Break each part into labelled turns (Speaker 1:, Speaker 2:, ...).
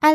Speaker 1: 艾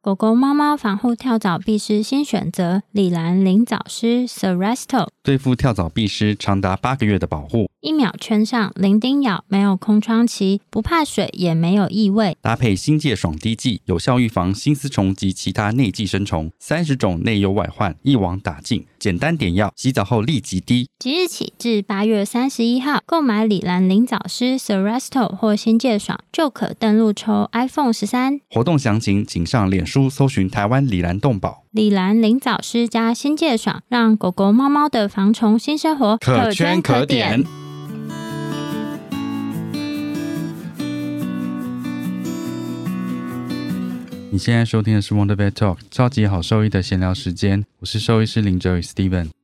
Speaker 1: 狗狗、猫猫防护跳蚤必是新选择，李兰灵藻师 Seresto
Speaker 2: 对付跳蚤必施长达八个月的保护，
Speaker 1: 一秒圈上，零叮咬，没有空窗期，不怕水，也没有异味。
Speaker 2: 搭配新界爽滴剂，有效预防新丝虫及其他内寄生虫，三十种内忧外患一网打尽。简单点药，洗澡后立即滴。
Speaker 1: 即日起至八月三十一号，购买李兰灵藻师 Seresto 或新界爽，就可登录抽 iPhone 十三。
Speaker 2: 活动详情请上脸书搜寻台湾李兰动保。
Speaker 1: 李兰灵藻师加新界爽，让狗狗、猫猫的防虫新生活
Speaker 2: 圈可点。。你现在收听的是 Wonder Vet Talk 超级好兽医的闲聊时间，我是兽医师林哲宇 Steven。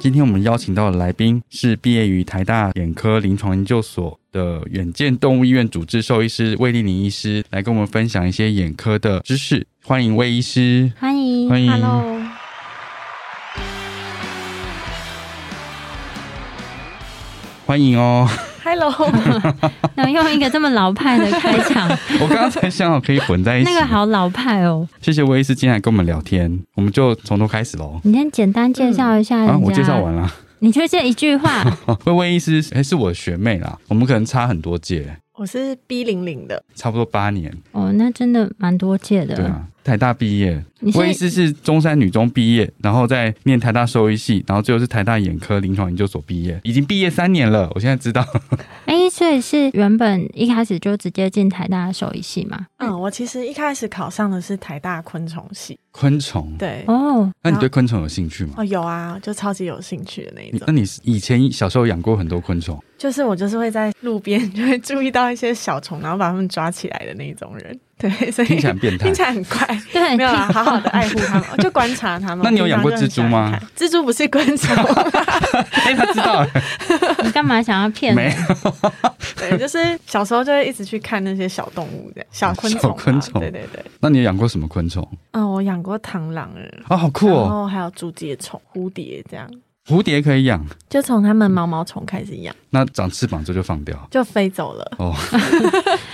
Speaker 2: 今天我们邀请到的来宾是毕业于台大眼科临床研究所的远见动物医院主治兽医师魏丽玲医师，来跟我们分享一些眼科的知识。欢迎魏医师。
Speaker 1: 欢迎，
Speaker 2: 欢迎
Speaker 3: Hello，
Speaker 2: 欢迎哦！
Speaker 3: Hello，
Speaker 1: 能用一个这么老派的开场，
Speaker 2: 我刚刚才想好可以混在一起。
Speaker 1: 那个，好老派哦。
Speaker 2: 谢谢魏医师今天来跟我们聊天，我们就从头开始喽。
Speaker 1: 你先简单介绍一下人家，
Speaker 2: 啊，我介绍完了。
Speaker 1: 你就这一句话，
Speaker 2: 哦，魏魏医师还是我的学妹啦，我们可能差很多届，
Speaker 3: 我是 B 零零的，
Speaker 2: 差不多八年。
Speaker 1: 哦，那真的蛮多届的。
Speaker 2: 对啊，台大毕业，
Speaker 1: 你
Speaker 2: 魏医
Speaker 1: 是
Speaker 2: 师是中山女中毕业，然后再念台大兽医系，然后最后是台大眼科临床研究所毕业，已经毕业三年了。我现在知道，
Speaker 1: 哎，所以是原本一开始就直接进台大的兽医系嘛？
Speaker 3: 嗯，我其实一开始考上的是台大昆虫系，
Speaker 2: 昆虫。
Speaker 3: 对，
Speaker 1: 哦，
Speaker 2: 那你对昆虫有兴趣吗？
Speaker 3: 哦，有啊，就超级有兴趣的那一
Speaker 2: 你
Speaker 3: 种
Speaker 2: 那，你以前小时候养过很多昆虫，
Speaker 3: 就是我就是会在路边就会注意到一些小虫，然后把它们抓起来的那一种人，对，所以
Speaker 2: 听起来很哎变态
Speaker 3: 听。起来很怪。
Speaker 1: 对，
Speaker 3: 没有啦，好好的爱护它们，就观察它们。
Speaker 2: 那你有
Speaker 3: 平
Speaker 2: 养
Speaker 3: 常
Speaker 2: 过
Speaker 3: 就很
Speaker 2: 蜘蛛
Speaker 3: 喜欢
Speaker 2: 吗
Speaker 3: 看？蜘蛛不是昆虫，
Speaker 2: 哎，他知道了，
Speaker 1: 你干嘛想要骗
Speaker 2: 没
Speaker 1: 人？
Speaker 2: 有
Speaker 3: 对，就是小时候就会一直去看那些小动物这样，小昆虫
Speaker 2: 小
Speaker 3: 啊，
Speaker 2: 昆虫
Speaker 3: 对对对。
Speaker 2: 那你有养过什么昆虫？
Speaker 3: 嗯，我养过螳螂，哎
Speaker 2: 啊，好酷
Speaker 3: 然
Speaker 2: 哦！
Speaker 3: 后还有竹节虫、蝴蝶这样，
Speaker 2: 蝴蝶可以养，
Speaker 3: 就从它们毛毛虫开始养，
Speaker 2: 那长翅膀之后就放掉
Speaker 3: 就飞走 了。
Speaker 2: 哦，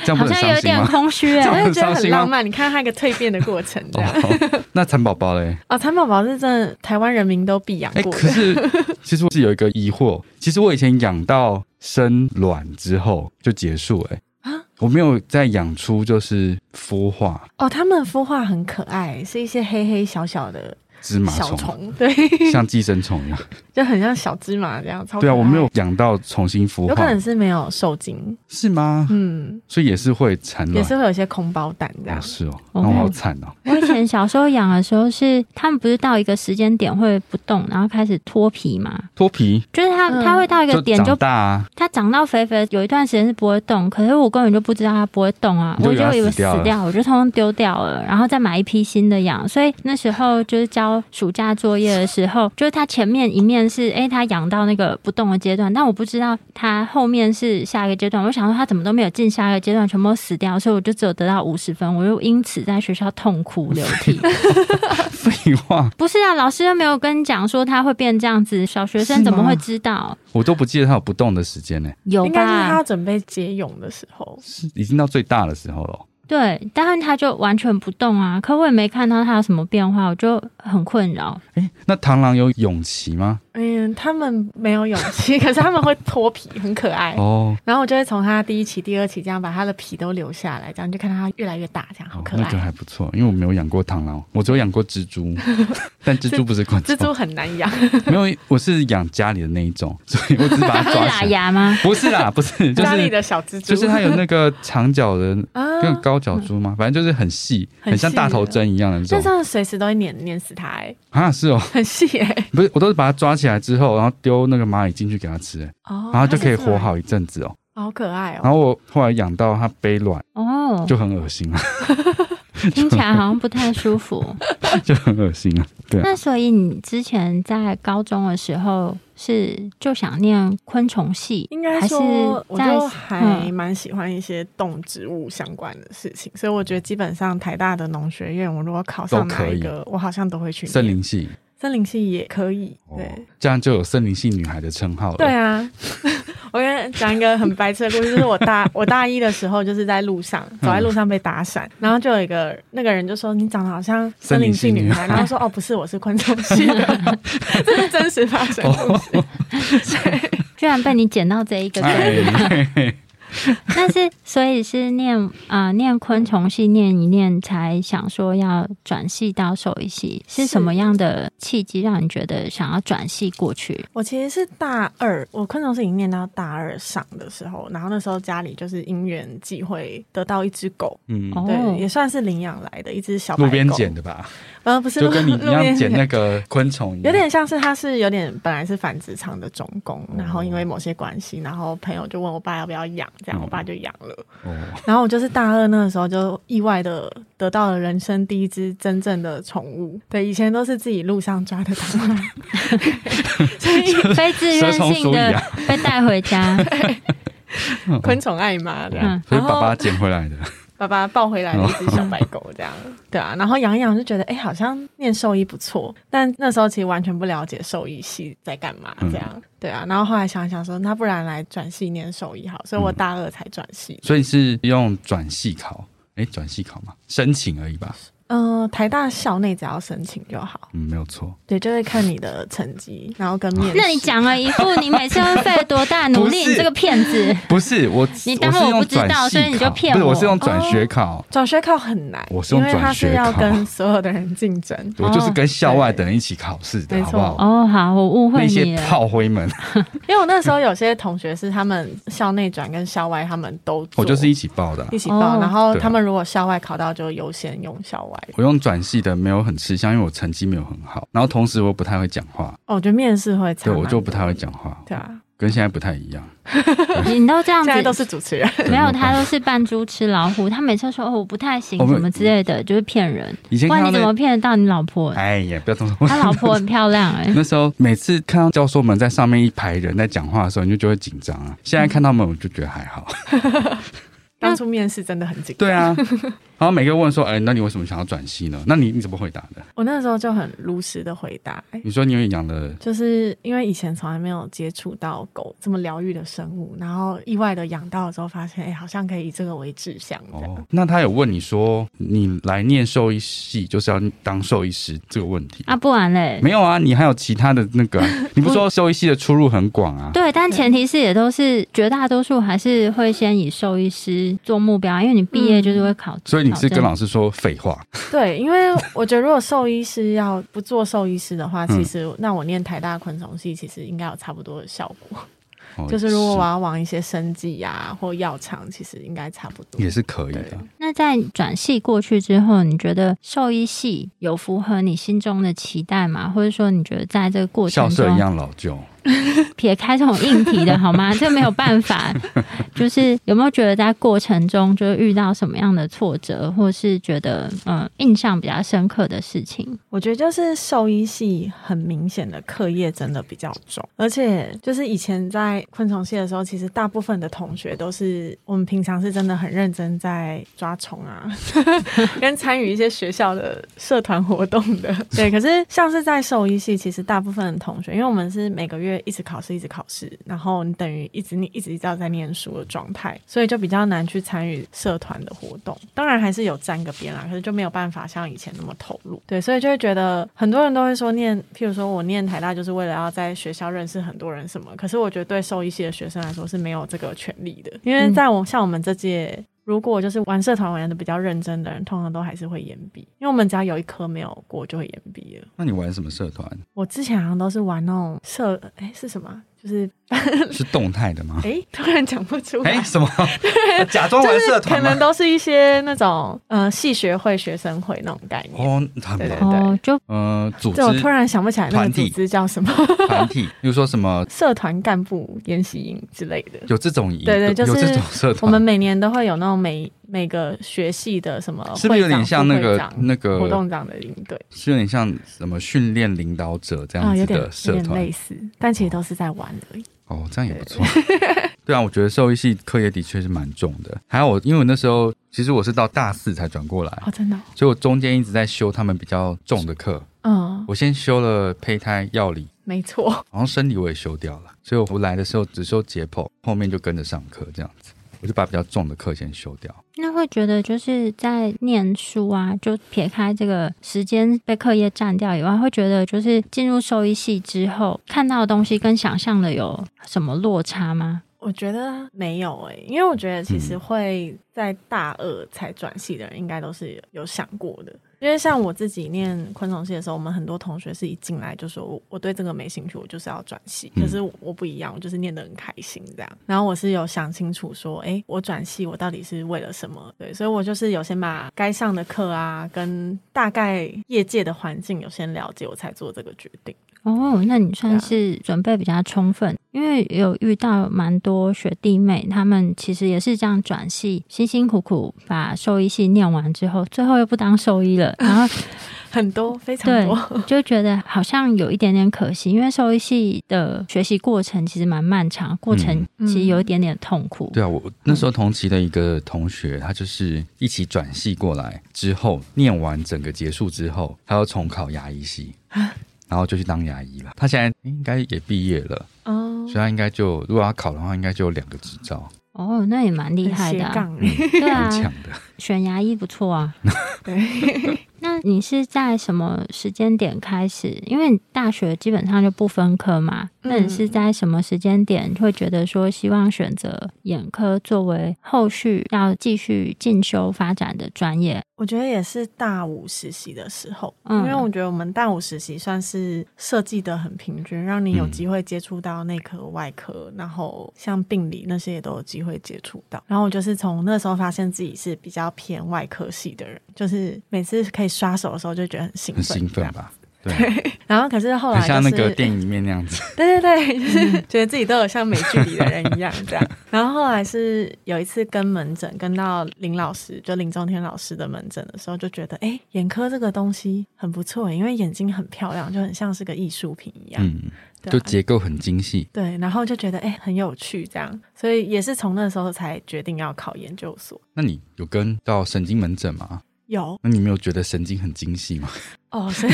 Speaker 2: 这样不
Speaker 1: 好像
Speaker 2: 很伤
Speaker 1: 有
Speaker 2: 心
Speaker 1: 点
Speaker 2: 吗？
Speaker 1: 空虚哎、
Speaker 2: 这样
Speaker 3: 我
Speaker 2: 很
Speaker 3: 就觉得
Speaker 2: 伤
Speaker 3: 很
Speaker 2: 心吗
Speaker 3: 浪漫，你看它一个蜕变的过程这样。
Speaker 2: 哦，那蚕宝宝嘞？
Speaker 3: 哦，蚕宝宝是真的，台湾人民都必养
Speaker 2: 哎、
Speaker 3: 过
Speaker 2: 可
Speaker 3: 的。
Speaker 2: 是其实我是有一个疑惑，其实我以前养到生卵之后就结束、欸，
Speaker 3: 啊
Speaker 2: 我没有再养出就是孵化
Speaker 3: 哦，它们孵化很可爱，是一些黑黑小小的
Speaker 2: 芝麻
Speaker 3: 小
Speaker 2: 虫，
Speaker 3: 虫，对，
Speaker 2: 像寄生虫一样。
Speaker 3: 就很像小芝麻这样。超
Speaker 2: 对啊，
Speaker 3: 可爱
Speaker 2: 我没有，养到重新孵
Speaker 3: 有可
Speaker 2: 化
Speaker 3: 能，是没有受精，
Speaker 2: 是吗？
Speaker 3: 嗯，
Speaker 2: 所以也是会产
Speaker 3: 也
Speaker 2: 卵，
Speaker 3: 是会有一些空包蛋这
Speaker 2: 哦
Speaker 3: 样。
Speaker 2: 是哦，那
Speaker 1: 哦
Speaker 2: 我好惨哦。
Speaker 1: 我以前小时候养的时候是，他们不是到一个时间点会不动，然后开始脱皮嘛？
Speaker 2: 脱皮
Speaker 1: 就是它
Speaker 3: 嗯
Speaker 1: 它会到一个
Speaker 2: 就
Speaker 1: 点就
Speaker 2: 长大啊，
Speaker 1: 它长到肥肥，有一段时间是不会动，可是我根本就不知道它不会动啊，
Speaker 2: 你就
Speaker 1: 我
Speaker 2: 以为它
Speaker 1: 就以为
Speaker 2: 死掉了
Speaker 1: 掉，我就通通丢掉了，然后再买一批新的养。所以那时候就是交暑假作业的时候，就是它前面一面是诶，它养到那个不动的阶段，但我不知道它后面是下一个阶段。我想说它怎么都没有进下一个阶段，全部都死掉，所以我就只有得到五十分，我就因此在学校痛哭流 涕。
Speaker 2: 废话，
Speaker 1: 不是啊，老师又没有跟你讲说它会变这样子，小学生怎么会知道？
Speaker 2: 我都不记得它有不动的时间呢、
Speaker 1: 有
Speaker 3: 应该就是它
Speaker 1: 吧？
Speaker 3: 要准备接蛹的时候，
Speaker 2: 是已经到最大的时候了。
Speaker 1: 对，但是它就完全不动啊，可我也没看到它有什么变化，我就很困扰。
Speaker 2: 哎、那螳螂有蛹期吗？
Speaker 3: 嗯，他们没有勇气， 可是他们会脱皮，很可爱。
Speaker 2: 哦，
Speaker 3: 然后我就会从它第一期、第二期这样把它的皮都留下来，这样就看到它越来越大，这样好可
Speaker 2: 哦那个
Speaker 3: 爱。
Speaker 2: 还不错，因为我没有养过螳螂，我只有养过蜘 蛛，但蜘蛛不是昆
Speaker 3: 蜘
Speaker 2: 虫，
Speaker 3: 蛛很难养，
Speaker 2: 没有，我是养家里的那一种， 所以我只是把
Speaker 1: 会
Speaker 2: 它啊 抓
Speaker 3: 哎
Speaker 1: 拉
Speaker 2: 起来。
Speaker 1: 牙吗？
Speaker 2: 不是啦，不是，就
Speaker 3: 家里
Speaker 2: 是
Speaker 3: 的小蜘蛛
Speaker 2: 就是它有那个长脚 的，
Speaker 3: 啊
Speaker 2: 就是高脚蛛嘛，反正就是很细，
Speaker 3: 很
Speaker 2: 很像
Speaker 3: 细
Speaker 2: 大头
Speaker 3: 的
Speaker 2: 针一样的
Speaker 3: 那
Speaker 2: 那
Speaker 3: 这
Speaker 2: 种。
Speaker 3: 样随时都会碾碾死它、欸，
Speaker 2: 啊，是哦，
Speaker 3: 很细哎、
Speaker 2: 不是，我都是把它抓起来之后，然后丢那个蚂蚁进去给它吃，
Speaker 3: 哦，
Speaker 2: 然后就可以
Speaker 3: 它是这
Speaker 2: 活
Speaker 3: 样，
Speaker 2: 好一阵子哦。
Speaker 3: 好可爱哦、
Speaker 2: 然后我后来养到它背卵，
Speaker 1: 哦，
Speaker 2: 就很恶心啊 了，
Speaker 1: 听起来好像不太舒 服。
Speaker 2: 啊就很恶心了。对啊，
Speaker 1: 那所以你之前在高中的时候是就想念昆虫系，
Speaker 3: 应该
Speaker 1: 还是
Speaker 3: 说，我
Speaker 1: 在嗯
Speaker 3: 就还蛮喜欢一些动植物相关的事情，所以我觉得基本上台大的农学院，我如果考上
Speaker 2: 都
Speaker 3: 哪
Speaker 2: 可以
Speaker 3: 一个，我好像都会去念
Speaker 2: 森林系，
Speaker 3: 森林系也可以，
Speaker 2: 哦
Speaker 3: 对、，
Speaker 2: 这样就有森林系女孩的称号了。
Speaker 3: 对啊， 我跟你讲一个很白痴的故事，就是我 大我大一的时候，就是在路上走在路上被打闪，
Speaker 2: 嗯
Speaker 3: 然后就有一个那个人就说你长得好像森林系女孩，然后说哦不是，我是昆虫 系的， 这是真实发生的
Speaker 2: 哦
Speaker 3: 故事。
Speaker 1: 居然被你捡到这一个梗。
Speaker 2: 哎，
Speaker 1: 但是所以是念啊、念昆虫系念一念才想说要转系到兽医系，是
Speaker 3: 是
Speaker 1: 什么样的契机让你觉得想要转系过去？
Speaker 3: 我其实是大二，我昆虫是已经念到大二上的时候，然后那时候家里就是因缘际会得到一只狗，
Speaker 2: 嗯，
Speaker 1: 哦
Speaker 3: 对，也算是领养来的一只小白
Speaker 2: 路
Speaker 3: 狗
Speaker 2: 边捡，的吧，
Speaker 3: 呃，不是
Speaker 2: 就跟你一
Speaker 3: 路边
Speaker 2: 样捡那个昆虫一样，
Speaker 3: 有点像是它是有点本来是繁殖场的种工
Speaker 2: 哦，
Speaker 3: 然后因为某些关系，然后朋友就问我爸要不要养，这样
Speaker 2: 嗯
Speaker 3: 我爸就养了。
Speaker 2: 哦，
Speaker 3: 然后我就是大二那个时候就意外的得到了人生第一只真正的宠物，对，以前都是自己路上抓的螳 螂，所以
Speaker 1: 非自
Speaker 2: 蛇
Speaker 1: 愿
Speaker 2: 虫
Speaker 1: 性
Speaker 2: 鼠蚁
Speaker 1: 的
Speaker 2: 啊，
Speaker 1: 被带回 家，
Speaker 2: 嗯
Speaker 3: 昆虫爱妈这
Speaker 2: 对
Speaker 3: 样。
Speaker 2: 啊所以爸
Speaker 3: 然
Speaker 2: 爸
Speaker 3: 后
Speaker 2: 捡回来的，
Speaker 3: 爸爸抱回来了一只小白狗，这样
Speaker 2: 哦
Speaker 3: 对啊，然后养一养就觉得，哎、好像念兽医不错，但那时候其实完全不了解兽医系在干嘛，这
Speaker 2: 嗯
Speaker 3: 样、对啊，然后后来想一想说，那不然来转系念兽医好，所以我大二才转系。
Speaker 2: 所以是用转系考，哎，转系考嘛，申请而已吧，
Speaker 3: 嗯、台大校内只要申请就好，
Speaker 2: 嗯，没有错，
Speaker 3: 对，就会看你的成绩，然后跟面试。
Speaker 1: 那你讲了一副你每次会费多大努力，
Speaker 2: 不是
Speaker 1: 你这个骗子。
Speaker 2: 不是我，
Speaker 1: 你
Speaker 2: 我
Speaker 1: 当
Speaker 2: 是
Speaker 1: 我
Speaker 2: 用
Speaker 1: 不知道
Speaker 2: 转系
Speaker 1: 所以你就
Speaker 2: 考
Speaker 1: 骗
Speaker 2: 不是，我
Speaker 1: 我哦
Speaker 2: 是用转学考，
Speaker 3: 转学考很难，
Speaker 2: 我是
Speaker 3: 因
Speaker 2: 用
Speaker 3: 为它是
Speaker 2: 转学
Speaker 3: 要
Speaker 2: 考
Speaker 3: 跟所有的人 竞争。
Speaker 2: 我就是跟校外的人一起考试的，
Speaker 3: 对
Speaker 2: 好不好？
Speaker 1: 哦，好，我误
Speaker 2: 那
Speaker 1: 会
Speaker 2: 些
Speaker 1: 你了。
Speaker 2: 炮灰们，
Speaker 3: 因为我那时候有些同学是他们校内转跟校外他们都做，
Speaker 2: 我就是一起报的啊、
Speaker 3: 一起报，
Speaker 1: 哦
Speaker 3: 然后
Speaker 2: 对啊
Speaker 3: 他们如果校外考到，就优先用校外。
Speaker 2: 我用转系的没有很吃香，因为我成绩没有很好，然后同时我不太会讲话，
Speaker 3: 哦，我觉得面试会差
Speaker 2: 对
Speaker 3: 蛮多，
Speaker 2: 我就不太会讲话，
Speaker 3: 对啊，
Speaker 2: 跟现在不太一 样。
Speaker 1: 你都这样
Speaker 3: 现
Speaker 1: 子，
Speaker 3: 在都是主持人，
Speaker 2: 对
Speaker 1: 没有，
Speaker 2: 办法
Speaker 1: 他都是扮猪吃老虎。他每次说哦，我不太行
Speaker 2: 哦没有
Speaker 1: 什么之类的，就是骗人。
Speaker 2: 以前
Speaker 1: 不
Speaker 2: 看
Speaker 1: 然
Speaker 2: 到
Speaker 1: 你怎么
Speaker 2: 那，
Speaker 1: 骗得到你老婆？
Speaker 2: 哎呀，不要这么 说。
Speaker 1: 他老婆很漂亮哎、
Speaker 2: 那时候每次看到教授们在上面一排人在讲话的时候，你就就会紧张啊。现
Speaker 1: 嗯
Speaker 2: 在看到他们，我就觉得还好。
Speaker 3: 当初面试真的很紧张。
Speaker 2: 对啊，然后每个问说：“哎、那你为什么想要转系呢？”那你你怎么回答的？
Speaker 3: 我那时候就很如实的回答、哎
Speaker 2: 你说你有养了
Speaker 3: 就是因为以前从来没有接触到狗这么疗愈的生物，然后意外的养到了之后，发现哎、好像可以以这个为志向这样。
Speaker 2: 哦，那他有问你说你来念兽医系就是要当兽医师这个问题
Speaker 1: 啊，？不然嘞。
Speaker 2: 没有啊，你还有其他的那个 啊、你不是说兽医系的出路很广啊？
Speaker 1: 对，但前提是也都是绝大多数还是会先以兽医师做目标，因为你毕业就是会考。
Speaker 2: 嗯所以你是跟
Speaker 1: 考证
Speaker 2: 老师说废话，
Speaker 3: 对，因为我觉得如果兽医师要不做兽医师的话，
Speaker 2: 嗯
Speaker 3: 其实那我念台大昆虫系，其实应该有差不多的效果。
Speaker 2: 哦
Speaker 3: 就是如果我要往一些生计呀、或药厂，其实应该差不多。
Speaker 2: 也是可以的
Speaker 3: 对。
Speaker 1: 那在转系过去之后，你觉得兽医系有符合你心中的期待吗？或者说你觉得在这个过程
Speaker 2: 校舍一
Speaker 1: 中，
Speaker 2: 样老旧，
Speaker 1: 撇开这种硬题的好吗？这没有办法，就是有没有觉得在过程中就是遇到什么样的挫折，或是觉得嗯、呃印象比较深刻的事情？
Speaker 3: 我觉得就是兽医系很明显的课业真的比较重，而且就是以前在昆虫系的时候，其实大部分的同学都是我们平常是真的很认真在抓虫啊，跟参与一些学校的社团活动的。对，可是像是在兽医系，其实大部分的同学，因为我们是每个月月一直考试，一直考试，然后你等于一直你一直一直要在念书的状态，所以就比较难去参与社团的活动。当然还是有沾个边啦，可是就没有办法像以前那么投入。对，所以就会觉得很多人都会说念，譬如说我念台大就是为了要在学校认识很多人什么，可是我觉得对兽医系的学生来说是没有这个权利的，因为在我像我们这届。如果就是玩社团玩的比较认真的人，通常都还是会延毕，因为我们只要有一科没有过就会延毕了。
Speaker 2: 那你玩什么社团？
Speaker 3: 我之前好像都是玩那种社，哎、是什么啊？就是
Speaker 2: 是动态的 吗？
Speaker 3: 哎、突然讲不出来。
Speaker 2: 哎、 什么？假装玩社
Speaker 3: 可
Speaker 2: 团
Speaker 3: 能
Speaker 2: 吗？
Speaker 3: 都是一些那种呃系学会、学生会那种概念。
Speaker 2: 哦，很
Speaker 3: 对对
Speaker 2: 忙。
Speaker 1: 哦，就
Speaker 2: 呃，组织
Speaker 3: 这我突然想不起来那个
Speaker 2: 团
Speaker 3: 组
Speaker 2: 体
Speaker 3: 织 叫什么，
Speaker 2: 团体，比如说什么
Speaker 3: 社团干部研习营之类的。
Speaker 2: 有这种营，
Speaker 3: 对对就是
Speaker 2: 有这种社团，
Speaker 3: 我们每年都会有那种每每个学系的什么会 长，
Speaker 2: 是不是有点像那
Speaker 3: 副会
Speaker 2: 个
Speaker 3: 长
Speaker 2: 那个
Speaker 3: 活动长的领队？
Speaker 2: 是有点像什么训练领导者这样
Speaker 3: 啊，
Speaker 2: 子
Speaker 3: 有点
Speaker 2: 的
Speaker 3: 有
Speaker 2: 社
Speaker 3: 点
Speaker 2: 团
Speaker 3: 类？似，但其实都是在玩而已。
Speaker 2: 哦，这样也不错。 对啊，我觉得兽医系课业的确是蛮重的。还有我，因为我那时候其实我是到大四才转过来，
Speaker 3: 哦，真的哦、
Speaker 2: 所以我中间一直在修他们比较重的课。
Speaker 3: 嗯，
Speaker 2: 我先修了胚胎药理，
Speaker 3: 没错，
Speaker 2: 好像生理我也修掉了，所以我来的时候只修解剖，后面就跟着上课这样子。我就把比较重的课先修掉。
Speaker 1: 那会觉得就是在念书啊，就撇开这个时间被课业占掉以外，会觉得就是进入兽医系之后看到的东西跟想象的有什么落差吗？
Speaker 3: 我觉得没有诶、因为我觉得其实会在大二才转系的人，应该都是有想过的。因为像我自己念昆虫系的时候，我们很多同学是一进来就说我我对这个没兴趣，我就是要转系。
Speaker 2: 嗯
Speaker 3: 可是我我不一样，我就是念得很开心这样。然后我是有想清楚说，哎、我转系我到底是为了什么？对，所以我就是有先把该上的课啊，跟大概业界的环境有先了解，我才做这个决定。
Speaker 1: 哦，那你
Speaker 3: 对啊
Speaker 1: 算是准备比较充分，因为有遇到蛮多学弟妹，他们其实也是这样转系，辛辛苦苦把兽医系念完之后，最后又不当兽医了，然后
Speaker 3: 很多，非常
Speaker 1: 对
Speaker 3: 多。，
Speaker 1: 就觉得好像有一点点可惜，因为兽医系的学习过程其实蛮漫长，过程其实
Speaker 3: 嗯
Speaker 1: 有一点点痛苦。
Speaker 2: 嗯对啊，我那时候同期的一个同学，他就是一起转系过来之后，念完整个结束之后，他要重考牙医系，
Speaker 3: 啊
Speaker 2: 然后就去当牙医了。他现在应该也毕业了，
Speaker 3: 哦
Speaker 2: 所以他应该就如果他考的话，应该就有两个执照，
Speaker 1: 哦，那也蛮厉害
Speaker 3: 很
Speaker 1: 的
Speaker 3: 斜
Speaker 1: 啊、
Speaker 3: 杠
Speaker 2: 嗯，
Speaker 1: 对
Speaker 2: 很
Speaker 1: 啊，
Speaker 2: 强的。
Speaker 1: 选牙医不错啊。
Speaker 3: 对，
Speaker 1: 那你是在什么时间点开始？因为你大学基本上就不分科嘛，
Speaker 3: 嗯
Speaker 1: 那你是在什么时间点会觉得说希望选择眼科作为后续要继续进修发展的专业？
Speaker 3: 我觉得也是大五实习的时候，
Speaker 1: 嗯
Speaker 3: 因为我觉得我们大五实习算是设计的很平均，让你有
Speaker 2: 嗯
Speaker 3: 机会接触到内科、外科，然后像病理那些也都有机会接触到。然后我就是从那时候发现自己是比较偏外科系的人，就是每次可以刷手的时候就觉得很兴
Speaker 2: 很
Speaker 3: 奋，
Speaker 2: 兴
Speaker 3: 这
Speaker 2: 奋
Speaker 3: 样。
Speaker 2: 吧？对啊，
Speaker 3: 然后可是后来
Speaker 2: 很
Speaker 3: 就
Speaker 2: 像
Speaker 3: 是
Speaker 2: 那个电影里面那样子。
Speaker 3: 对对 对，就是觉得自己都有像美剧里的人一样这 样。然后后来是有一次跟门诊，跟到林老师，就林中天老师的门诊的时候，就觉得哎，诶眼科这个东西很不错，因为眼睛很漂亮，就很像是个艺术品一样。
Speaker 2: 嗯，
Speaker 3: 对啊
Speaker 2: 就结构很精细。
Speaker 3: 对，然后就觉得哎、诶很有趣，这样，所以也是从那时候才决定要考研究所。
Speaker 2: 那你有跟到神经门诊吗？
Speaker 3: 有
Speaker 2: 那你没有觉得神经很精细 吗？
Speaker 3: 哦，神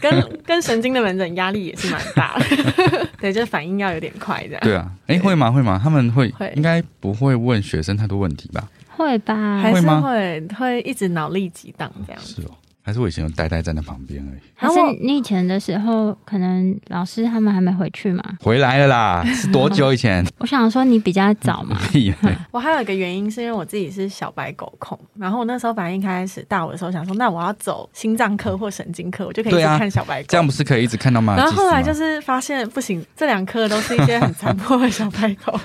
Speaker 3: 跟跟神经的门诊压力也是蛮大的， 对，就反应要有点快这样。
Speaker 2: 对 啊，哎，会吗？会吗？他们会
Speaker 3: 会
Speaker 2: 应该不会问学生太多问题吧？
Speaker 1: 会吧？
Speaker 3: 嗯还是
Speaker 2: 会吗
Speaker 3: 会会一直脑力激荡这样子。
Speaker 2: 是哦，还是我以前有呆呆站在旁边而已。
Speaker 1: 还
Speaker 3: 然后我
Speaker 1: 是你以前的时候，可能老师他们还没回去嘛？
Speaker 2: 回来了 啦，是多久以前？
Speaker 1: 我想说你比较早嘛，
Speaker 2: 屁 嘞
Speaker 3: 我还有一个原因是因为我自己是小白狗控，然后我那时候本来一开始大五的时候想说，那我要走心脏科或神经科，我就可以去
Speaker 2: 对啊
Speaker 3: 看小白狗。
Speaker 2: 这样不是可以一直看到吗？
Speaker 3: 然后后来
Speaker 2: 祭
Speaker 3: 就
Speaker 2: 司吗
Speaker 3: 是发现不行，这两科都是一些很残破的小白 狗。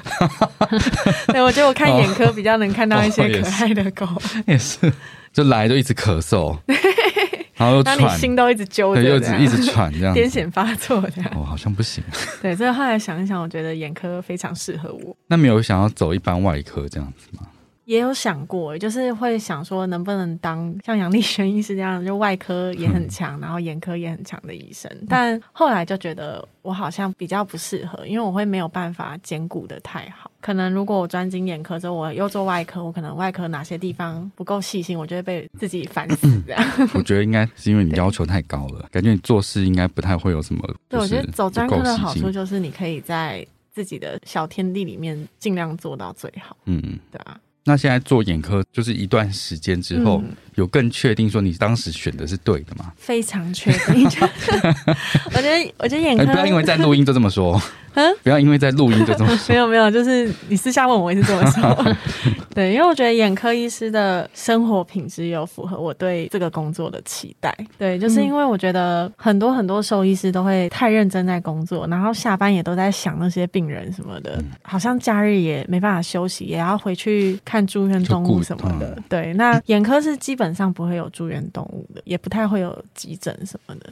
Speaker 3: 对，我觉得我看眼科比较能看到一些可爱的 狗，
Speaker 2: 也是，就来就一直咳嗽， 然后又
Speaker 3: 那你
Speaker 2: 喘，
Speaker 3: 心都一直揪着
Speaker 2: 对，又一
Speaker 3: 这
Speaker 2: 直
Speaker 3: 样，
Speaker 2: 一直喘这样
Speaker 3: 癫
Speaker 2: 子。
Speaker 3: 痫发作这样。
Speaker 2: 哦，好像不行。
Speaker 3: 对，所以后来想一想，我觉得眼科非常适合我。
Speaker 2: 那没有想要走一般外科这样子吗？
Speaker 3: 也有想过，就是会想说能不能当像杨立轩医师这样，就外科也 很强，然后眼科也很强的医生。但后来就觉得我好像比较不适合，因为我会没有办法兼顾的太好。可能如果我专精眼科之后，我又做外科，我可能外科哪些地方不够细心，我就会被自己烦死 这样。
Speaker 2: 我觉得应该是因为你要求太高了，感觉你做事应该不太会有什么。
Speaker 3: 对，
Speaker 2: 就
Speaker 3: 我
Speaker 2: 是
Speaker 3: 觉得走专
Speaker 2: 不
Speaker 3: 科
Speaker 2: 够
Speaker 3: 的
Speaker 2: 细
Speaker 3: 好
Speaker 2: 心
Speaker 3: 处就是你可以在自己的小天地里面尽量做到最好，
Speaker 2: 嗯，
Speaker 3: 对啊。
Speaker 2: 那现在做眼科就是一段时间之后，
Speaker 3: 嗯
Speaker 2: 有更确定说你当时选的是对的吗？
Speaker 3: 非常确定， 我觉得我觉得眼
Speaker 2: 哎、
Speaker 3: 科
Speaker 2: 不要因为在录音就这么说，
Speaker 3: 嗯
Speaker 2: 不要因为在录音就这么
Speaker 3: 没
Speaker 2: 说。
Speaker 3: 有没有，就是你私下问我，我也是这么 说。 对，因为我觉得眼科医师的生活品质有符合我对这个工作的期待。对，就是因为我觉得很多很多兽医师都会太认真在工作，然后下班也都在想那些病人什么
Speaker 2: 嗯
Speaker 3: 的，好像假日也没办法休息，也要回去看住院动物什么
Speaker 2: 就
Speaker 3: 的
Speaker 2: 顾。
Speaker 3: 对，那眼科是基本上不会有住院动物的，也不太会有急诊什么
Speaker 2: 嗯
Speaker 3: 的。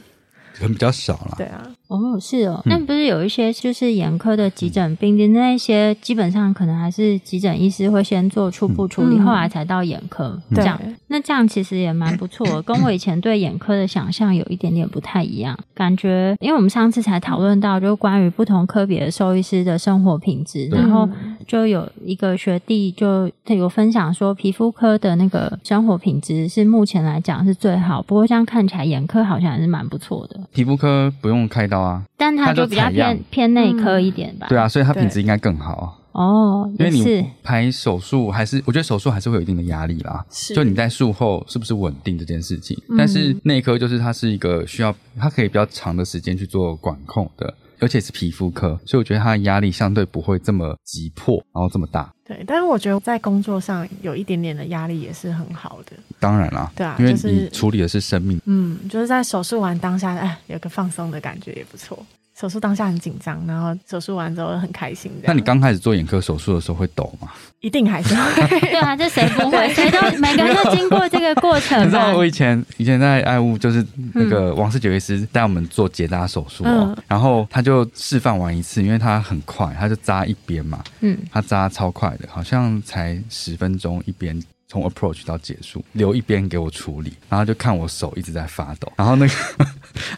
Speaker 2: 人比较少啦。
Speaker 3: 对啊，
Speaker 1: 哦，是哦，
Speaker 2: 嗯
Speaker 1: 那不是有一些就是眼科的急诊病例，那一些基本上可能还是急诊医师会先做初步处理，
Speaker 3: 嗯
Speaker 1: 后来才到眼科这
Speaker 2: 嗯
Speaker 3: 对
Speaker 1: 样。那这样其实也蛮不错 的，跟我以前对眼科的想象有一点点不太一样。感觉，因为我们上次才讨论到，就是关于不同科别的兽医师的生活品质，
Speaker 2: 对
Speaker 1: 然后
Speaker 3: 嗯
Speaker 1: 就有一个学弟就他有分享说，皮肤科的那个生活品质是目前来讲是最好，不过这样看起来眼科好像还是蛮不错的，
Speaker 2: 皮肤科不用开刀啊，
Speaker 1: 但它
Speaker 2: 它就
Speaker 1: 就比较
Speaker 2: 采样
Speaker 1: 偏偏内科一点吧。
Speaker 2: 对啊，所以它
Speaker 3: 对
Speaker 2: 品质应该更好。
Speaker 1: 哦，也
Speaker 2: 因为
Speaker 1: 是
Speaker 2: 你拍手术还是，我觉得手术还是会有一定的压力啦。
Speaker 3: 是嗯
Speaker 2: 就你在术后是不是稳定这件事情，但是内科就是它是一个需要，它可以比较长的时间去做管控的，而且是皮肤科，所以我觉得它的压力相对不会这么急迫，然后这么大。
Speaker 3: 对，但是我觉得在工作上有一点点的压力也是很好的。
Speaker 2: 当然啦，
Speaker 3: 对啊
Speaker 2: 因为
Speaker 3: 就是
Speaker 2: 你处理的是生命，
Speaker 3: 嗯，就是在手术完当下，哎，有个放松的感觉也不错。手术当下很紧张，然后手术完之后很开心这样。
Speaker 2: 那你刚开始做眼科手术的时候会抖吗？
Speaker 3: 一定还是会
Speaker 1: 对啊，这谁不会？谁都每个人都经过这个过
Speaker 3: 嗯
Speaker 2: 你
Speaker 1: 程
Speaker 2: 知
Speaker 1: 吧
Speaker 3: 啊
Speaker 2: 道。我以前以前在爱物，就是那个王世杰医师带我们做结扎手术哦，
Speaker 3: 嗯
Speaker 2: 然后他就示范完一次，因为他很快，他就扎一边嘛，
Speaker 1: 嗯，
Speaker 2: 他扎超快的，好像才十分钟一边。从 approach 到结束，留一边给我处理，然后就看我手一直在发抖，然后那个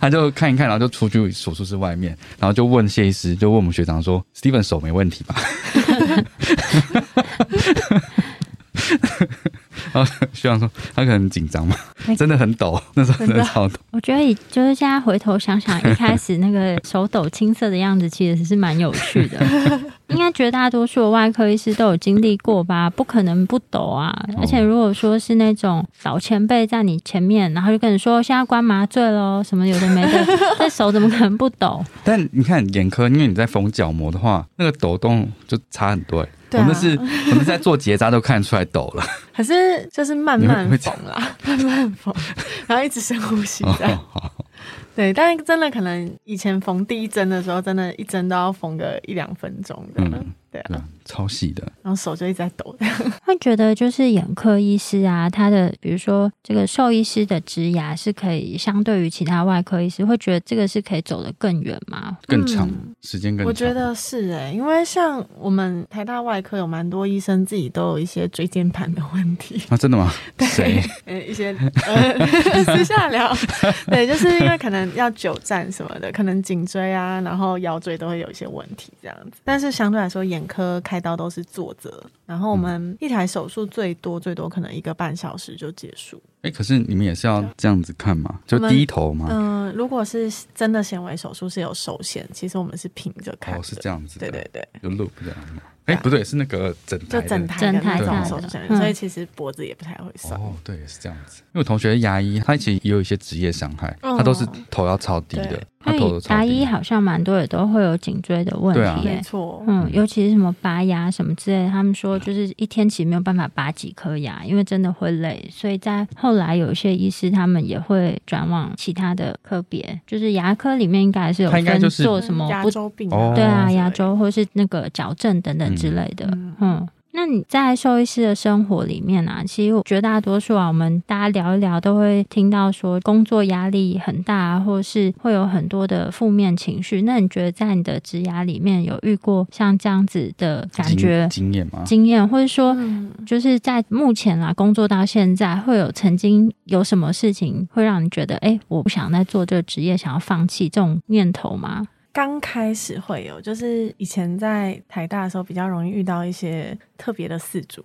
Speaker 2: 他就看一看，然后就出去手术室外面，然后就问谢医师，就问我们学长说，Steven 手没问题吧？ 然后学长说他可能很紧张嘛，
Speaker 3: 哎
Speaker 2: 真的很抖，那时候真的超抖。
Speaker 1: 我觉得以就是现在回头想想，一开始那个手抖青涩的样子，其实是蛮有趣的。应该绝大多数的外科医师都有经历过吧，不可能不抖啊。而且如果说是那种老前辈在你前面，然后就跟你说现在关麻醉喽，什么有的没的，这手怎么可能不抖？
Speaker 2: 但你看眼科，因为你在缝角膜的话，那个抖动就差很多、欸。
Speaker 3: 对啊
Speaker 2: 我们是，我们在做结扎都看得出来抖 了。
Speaker 3: 可是就是慢慢
Speaker 2: 你会
Speaker 3: 缝啦，慢慢缝，然后一直深呼吸这样。
Speaker 2: 哦，好，
Speaker 3: 对，但是真的可能以前缝第一针的时候，真的一针都要缝个一两分钟的。
Speaker 2: 嗯
Speaker 3: 对
Speaker 2: 对
Speaker 3: 啊，
Speaker 2: 啊，超细的。
Speaker 3: 然后手就一直在抖。
Speaker 1: 会觉得就是眼科医师啊，他的比如说这个兽医师的职涯是可以相对于其他外科医师，会觉得这个是可以走得更远吗？
Speaker 2: 更长，
Speaker 3: 嗯
Speaker 2: 时间更长。
Speaker 3: 我觉得是哎、因为像我们台大外科有蛮多医生自己都有一些椎间盘的问题，
Speaker 2: 啊，真的吗？谁？
Speaker 3: 呃，一些呃 私下聊，对，就是因为可能要久站什么的，可能颈椎啊，然后腰椎都会有一些问题这样子。但是相对来说，眼科开刀都是坐着，然后我
Speaker 2: 嗯
Speaker 3: 们一台手术最多最多可能一个半小时就结束。
Speaker 2: 哎，可是你们也是要这样子看嘛？就
Speaker 3: 我们
Speaker 2: 低头嘛？
Speaker 3: 嗯、如果是真的纤维手术是有手线，其实我们是平着看的，
Speaker 2: 哦，是这样子的，
Speaker 3: 对对对。
Speaker 2: 有 loop 这样吗？哎，不对，是那个整台
Speaker 3: 就
Speaker 2: 的
Speaker 3: 整台的那
Speaker 2: 整台
Speaker 3: 种
Speaker 2: 的
Speaker 3: 手术项
Speaker 1: 嗯
Speaker 3: 所以其实脖子也不太会酸。
Speaker 2: 哦，对，也是这样子。因为我同学牙医，他其实也有一些职业伤害，
Speaker 3: 嗯
Speaker 2: 他都是头要超低的
Speaker 3: 对，
Speaker 2: 他头都
Speaker 1: 以牙
Speaker 2: 超低
Speaker 1: 医
Speaker 2: 的。
Speaker 1: 好像蛮多也都会有颈椎的问题、
Speaker 2: 对啊
Speaker 1: 耶
Speaker 3: 没错，
Speaker 1: 嗯，尤其是什么拔牙什么之类的，他们说就是一天其实没有办法拔几颗牙，因为真的会累。所以在后来有一些医师他们也会转往其他的科别，就是牙科里面应该还是有
Speaker 2: 他应该
Speaker 1: 分
Speaker 2: 就是
Speaker 1: 做什么
Speaker 3: 嗯牙
Speaker 1: 不
Speaker 3: 周病
Speaker 2: 哦
Speaker 1: 对啊，
Speaker 3: 之类的
Speaker 1: 牙周或是那个矫正等等之类的。嗯，那你在兽医师的生活里面啊，其实绝大多数啊，我们大家聊一聊都会听到说工作压力很大、啊，或是会有很多的负面情绪。那你觉得在你的职涯里面有遇过像这样子的感觉
Speaker 2: 经验吗？
Speaker 1: 经验，或者说
Speaker 3: 嗯，
Speaker 1: 就是在目前啊工作到现在，会有曾经有什么事情会让你觉得，哎、我不想再做这个职业，想要放弃这种念头吗？
Speaker 3: 刚开始会有，就是以前在台大的时候比较容易遇到一些特别的四组，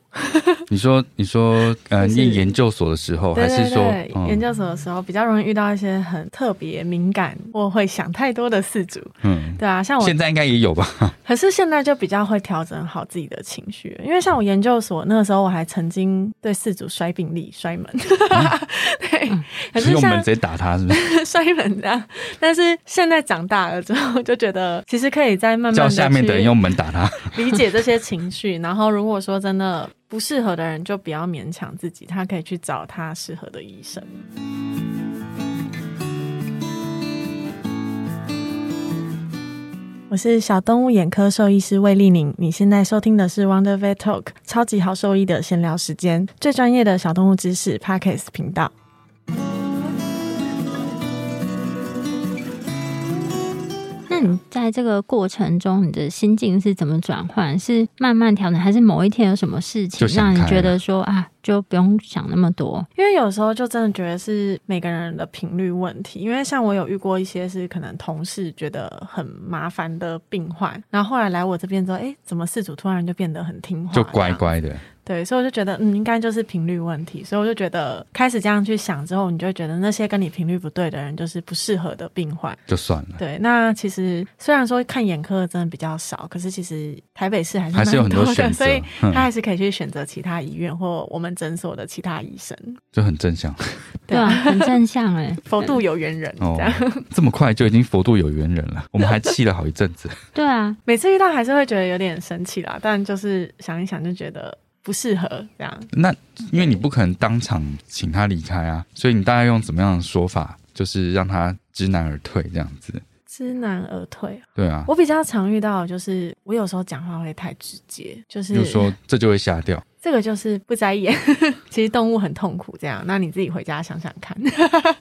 Speaker 2: 你说，你说，呃，
Speaker 3: 就是
Speaker 2: 念研究所的时候，
Speaker 3: 对
Speaker 2: 哦还是
Speaker 3: 对
Speaker 2: 说嗯
Speaker 3: 对，，研究所的时候比较容易遇到一些很特别、敏感或会想太多的四组，
Speaker 2: 嗯，
Speaker 3: 对啊，像我
Speaker 2: 现在应该也有吧？
Speaker 3: 可是现在就比较会调整好自己的情绪，因为像我研究所那个时候，我还曾经对四组摔病例、摔门，对，可
Speaker 2: 是
Speaker 3: 是
Speaker 2: 用门
Speaker 3: 像
Speaker 2: 直接打他，是不是？
Speaker 3: 摔门这样。但是现在长大了之后，就觉得其实可以再慢慢
Speaker 2: 叫
Speaker 3: 的
Speaker 2: 下面的人用 门打他，
Speaker 3: 理解这些情绪，然后如果说真的不适合的人，就不要勉强自己，他可以去找他适合的医生。我是小动物眼科兽医师魏丽宁，你现在收听的是 Wonder Vet Talk 超级好兽医的闲聊时间，最专业的小动物知识 Podcast 频道。
Speaker 1: 那你在这个过程中，你的心境是怎么转换？是慢慢调整，还是某一天有什么事情
Speaker 2: 就想
Speaker 1: 让你
Speaker 2: 开
Speaker 1: 觉
Speaker 2: 了
Speaker 1: 得说啊，就不用想那么多？
Speaker 3: 因为有时候就真的觉得是每个人的频率问题，因为像我有遇过一些是可能同事觉得很麻烦的病患，然后后来来我这边之后，哎，怎么事主突然就变得很听话，
Speaker 2: 就乖。乖的。
Speaker 3: 对，所以我就觉得，嗯，应该就是频率问题，所以我就觉得开始这样去想之后，你就会觉得那些跟你频率不对的人就是不适合的病患。
Speaker 2: 就算了，
Speaker 3: 对，那其实虽然说看眼科的真的比较少，可是其实台北市还是
Speaker 2: 还是有
Speaker 3: 蛮
Speaker 2: 很多
Speaker 3: 多的，
Speaker 2: 选择
Speaker 3: 所以，他
Speaker 2: 嗯
Speaker 3: 还是可以去选择其他医院或我们诊所的其他医生。
Speaker 2: 就很正向
Speaker 1: 对啊，很正向哎、
Speaker 3: 佛度有缘人，
Speaker 2: 哦
Speaker 3: 这样、。
Speaker 2: 这么快就已经佛度有缘人了，我们还气了好一阵子。
Speaker 1: 对啊，
Speaker 3: 每次遇到还是会觉得有点生气啦，但就是想一想就觉得不适合这样。
Speaker 2: 那因为你不可能当场请他离开啊，所以你大概用怎么样的说法，就是让他知难而退这样子。
Speaker 3: 知难而退，
Speaker 2: 对啊，
Speaker 3: 我比较常遇到的就是我有时候讲话会太直接，就是
Speaker 2: 就说这就会瞎掉。
Speaker 3: 这个就是不在意。 其实动物很痛苦，这样，那你自己回家想想看。